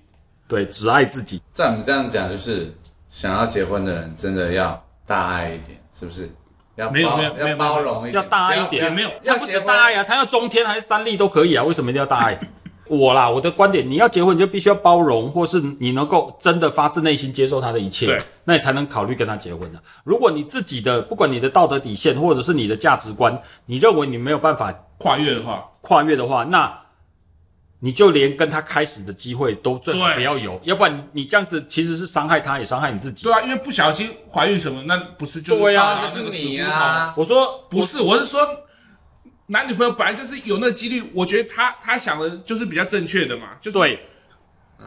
Speaker 4: 对，只爱自己。
Speaker 2: 照你这样讲，就是想要结婚的人真的要大爱一点，是不是？要包
Speaker 3: 没有没有没有
Speaker 2: 要包容一点，
Speaker 4: 要大爱一点
Speaker 2: 不要
Speaker 3: 也没有
Speaker 2: 要
Speaker 4: 他
Speaker 2: 要
Speaker 4: 不
Speaker 2: 结
Speaker 4: 止
Speaker 2: 婚
Speaker 4: 大爱啊，他要中天还是三立都可以啊，为什么一定要大爱？我啦，我的观点，你要结婚你就必须要包容，或是你能够真的发自内心接受他的一切
Speaker 3: 对，
Speaker 4: 那你才能考虑跟他结婚的、啊如果你自己的不管你的道德底线或者是你的价值观，你认为你没有办法
Speaker 3: 跨越的话，
Speaker 4: 跨越的话，那你就连跟他开始的机会都最好
Speaker 3: 对
Speaker 4: 不要有，要不然你这样子其实是伤害他，也伤害你自己。
Speaker 3: 对啊，因为不小心怀孕什么，那不是就是
Speaker 4: 对啊
Speaker 3: 爸
Speaker 2: 那
Speaker 3: 爸
Speaker 2: 是
Speaker 3: 那个死
Speaker 2: 你
Speaker 3: 胡
Speaker 2: 啊，
Speaker 4: 我说
Speaker 3: 同，不是，我是说。男女朋友本来就是有那个几率，我觉得他他想的就是比较正确的嘛，就是
Speaker 4: 对，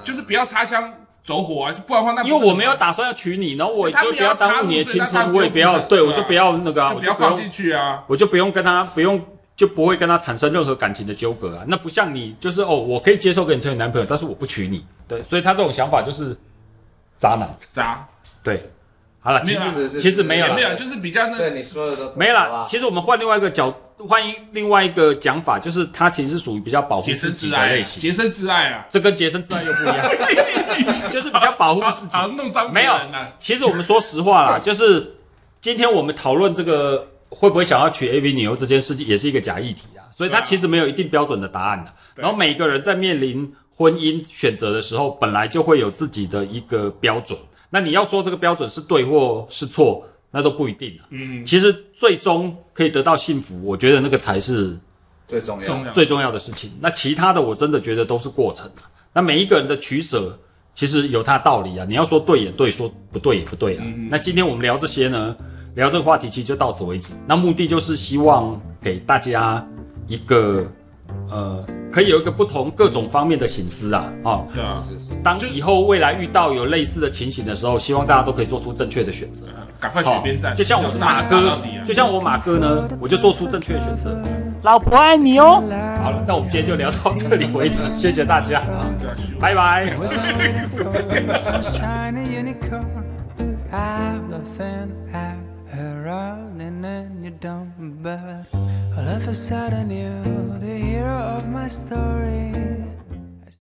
Speaker 3: 就是不要擦枪走火啊，就不然的话那不是
Speaker 4: 因为我没有打算要娶你，然后我
Speaker 3: 他
Speaker 4: 就
Speaker 3: 们
Speaker 4: 不
Speaker 3: 也要
Speaker 4: 要耽误你的青春，我也不要，
Speaker 3: 插入所以他们不用负责
Speaker 4: 对我就不要那个啊，
Speaker 3: 就
Speaker 4: 我
Speaker 3: 不
Speaker 4: 就
Speaker 3: 要
Speaker 4: 不
Speaker 3: 放
Speaker 4: 用
Speaker 3: 进，去啊。
Speaker 4: 我就不用跟他不用。就不会跟他产生任何感情的纠葛啊，那不像你，就是哦，我可以接受跟你成为男朋友，但是我不娶你，对，所以他这种想法就是渣男，
Speaker 3: 渣
Speaker 4: 对，好了，
Speaker 3: 没
Speaker 4: 其
Speaker 3: 有啊
Speaker 4: 实
Speaker 2: 是是
Speaker 4: 其实没有
Speaker 3: 也
Speaker 4: 啦
Speaker 3: 没有，就是比较那
Speaker 2: 对你说的都
Speaker 4: 没
Speaker 2: 好啊不
Speaker 4: 啦
Speaker 2: 好，
Speaker 4: 其实我们换另外一个角，换一另外一个讲法，就是他其实是属于比较保护
Speaker 3: 洁
Speaker 4: 自
Speaker 3: 身
Speaker 4: 己
Speaker 3: 自
Speaker 4: 的
Speaker 3: 爱啊，
Speaker 4: 类型，
Speaker 3: 洁身自爱啊，
Speaker 4: 这跟洁身自爱又不一样， <laughs> 就是比较保护自己
Speaker 3: 啊，，弄脏别
Speaker 4: 没有
Speaker 3: 人啊，
Speaker 4: 其实我们说实话 <laughs> 啦，就是今天我们讨论这个会不会想要娶 AV 女优这件事情，也是一个假议题啊，所以它
Speaker 3: 对啊
Speaker 4: 其实没有一定标准的答案的。然后每个人在面临婚姻选择的时候，本来就会有自己的一个标准。那你要说这个标准是对或是错，那都不一定啊。嗯，其实最终可以得到幸福，我觉得那个才是
Speaker 2: 最重要，
Speaker 3: 重要
Speaker 4: 最重要的事情。那其他的我真的觉得都是过程啊那每一个人的取舍其实有他的道理啊，你要说对也对，说不对也不对啊。那今天我们聊这些呢，聊这个话题其实就到此为止。那目的就是希望给大家一个呃，可以有一个不同各种方面的醒思啊啊。
Speaker 3: 对啊，
Speaker 2: 是是
Speaker 4: 当以后未来遇到有类似的情形的时候，希望大家都可以做出正确的选择。
Speaker 3: 啊赶快选
Speaker 4: 好
Speaker 3: 边站，，
Speaker 4: 就像我
Speaker 3: 是
Speaker 4: 是马
Speaker 3: 到
Speaker 4: 哥
Speaker 3: 底啊，
Speaker 4: 就像我马哥呢，我就做出正确的选择。
Speaker 5: 老婆爱你哦。
Speaker 4: 好了，那我们今天就聊到这里为止，谢谢大家，
Speaker 3: 对啊学
Speaker 4: 拜拜。
Speaker 6: was I waiting for? Some shiny unicorn. I love and I her rolling and you don't but all of a sudden you're the hero of my story.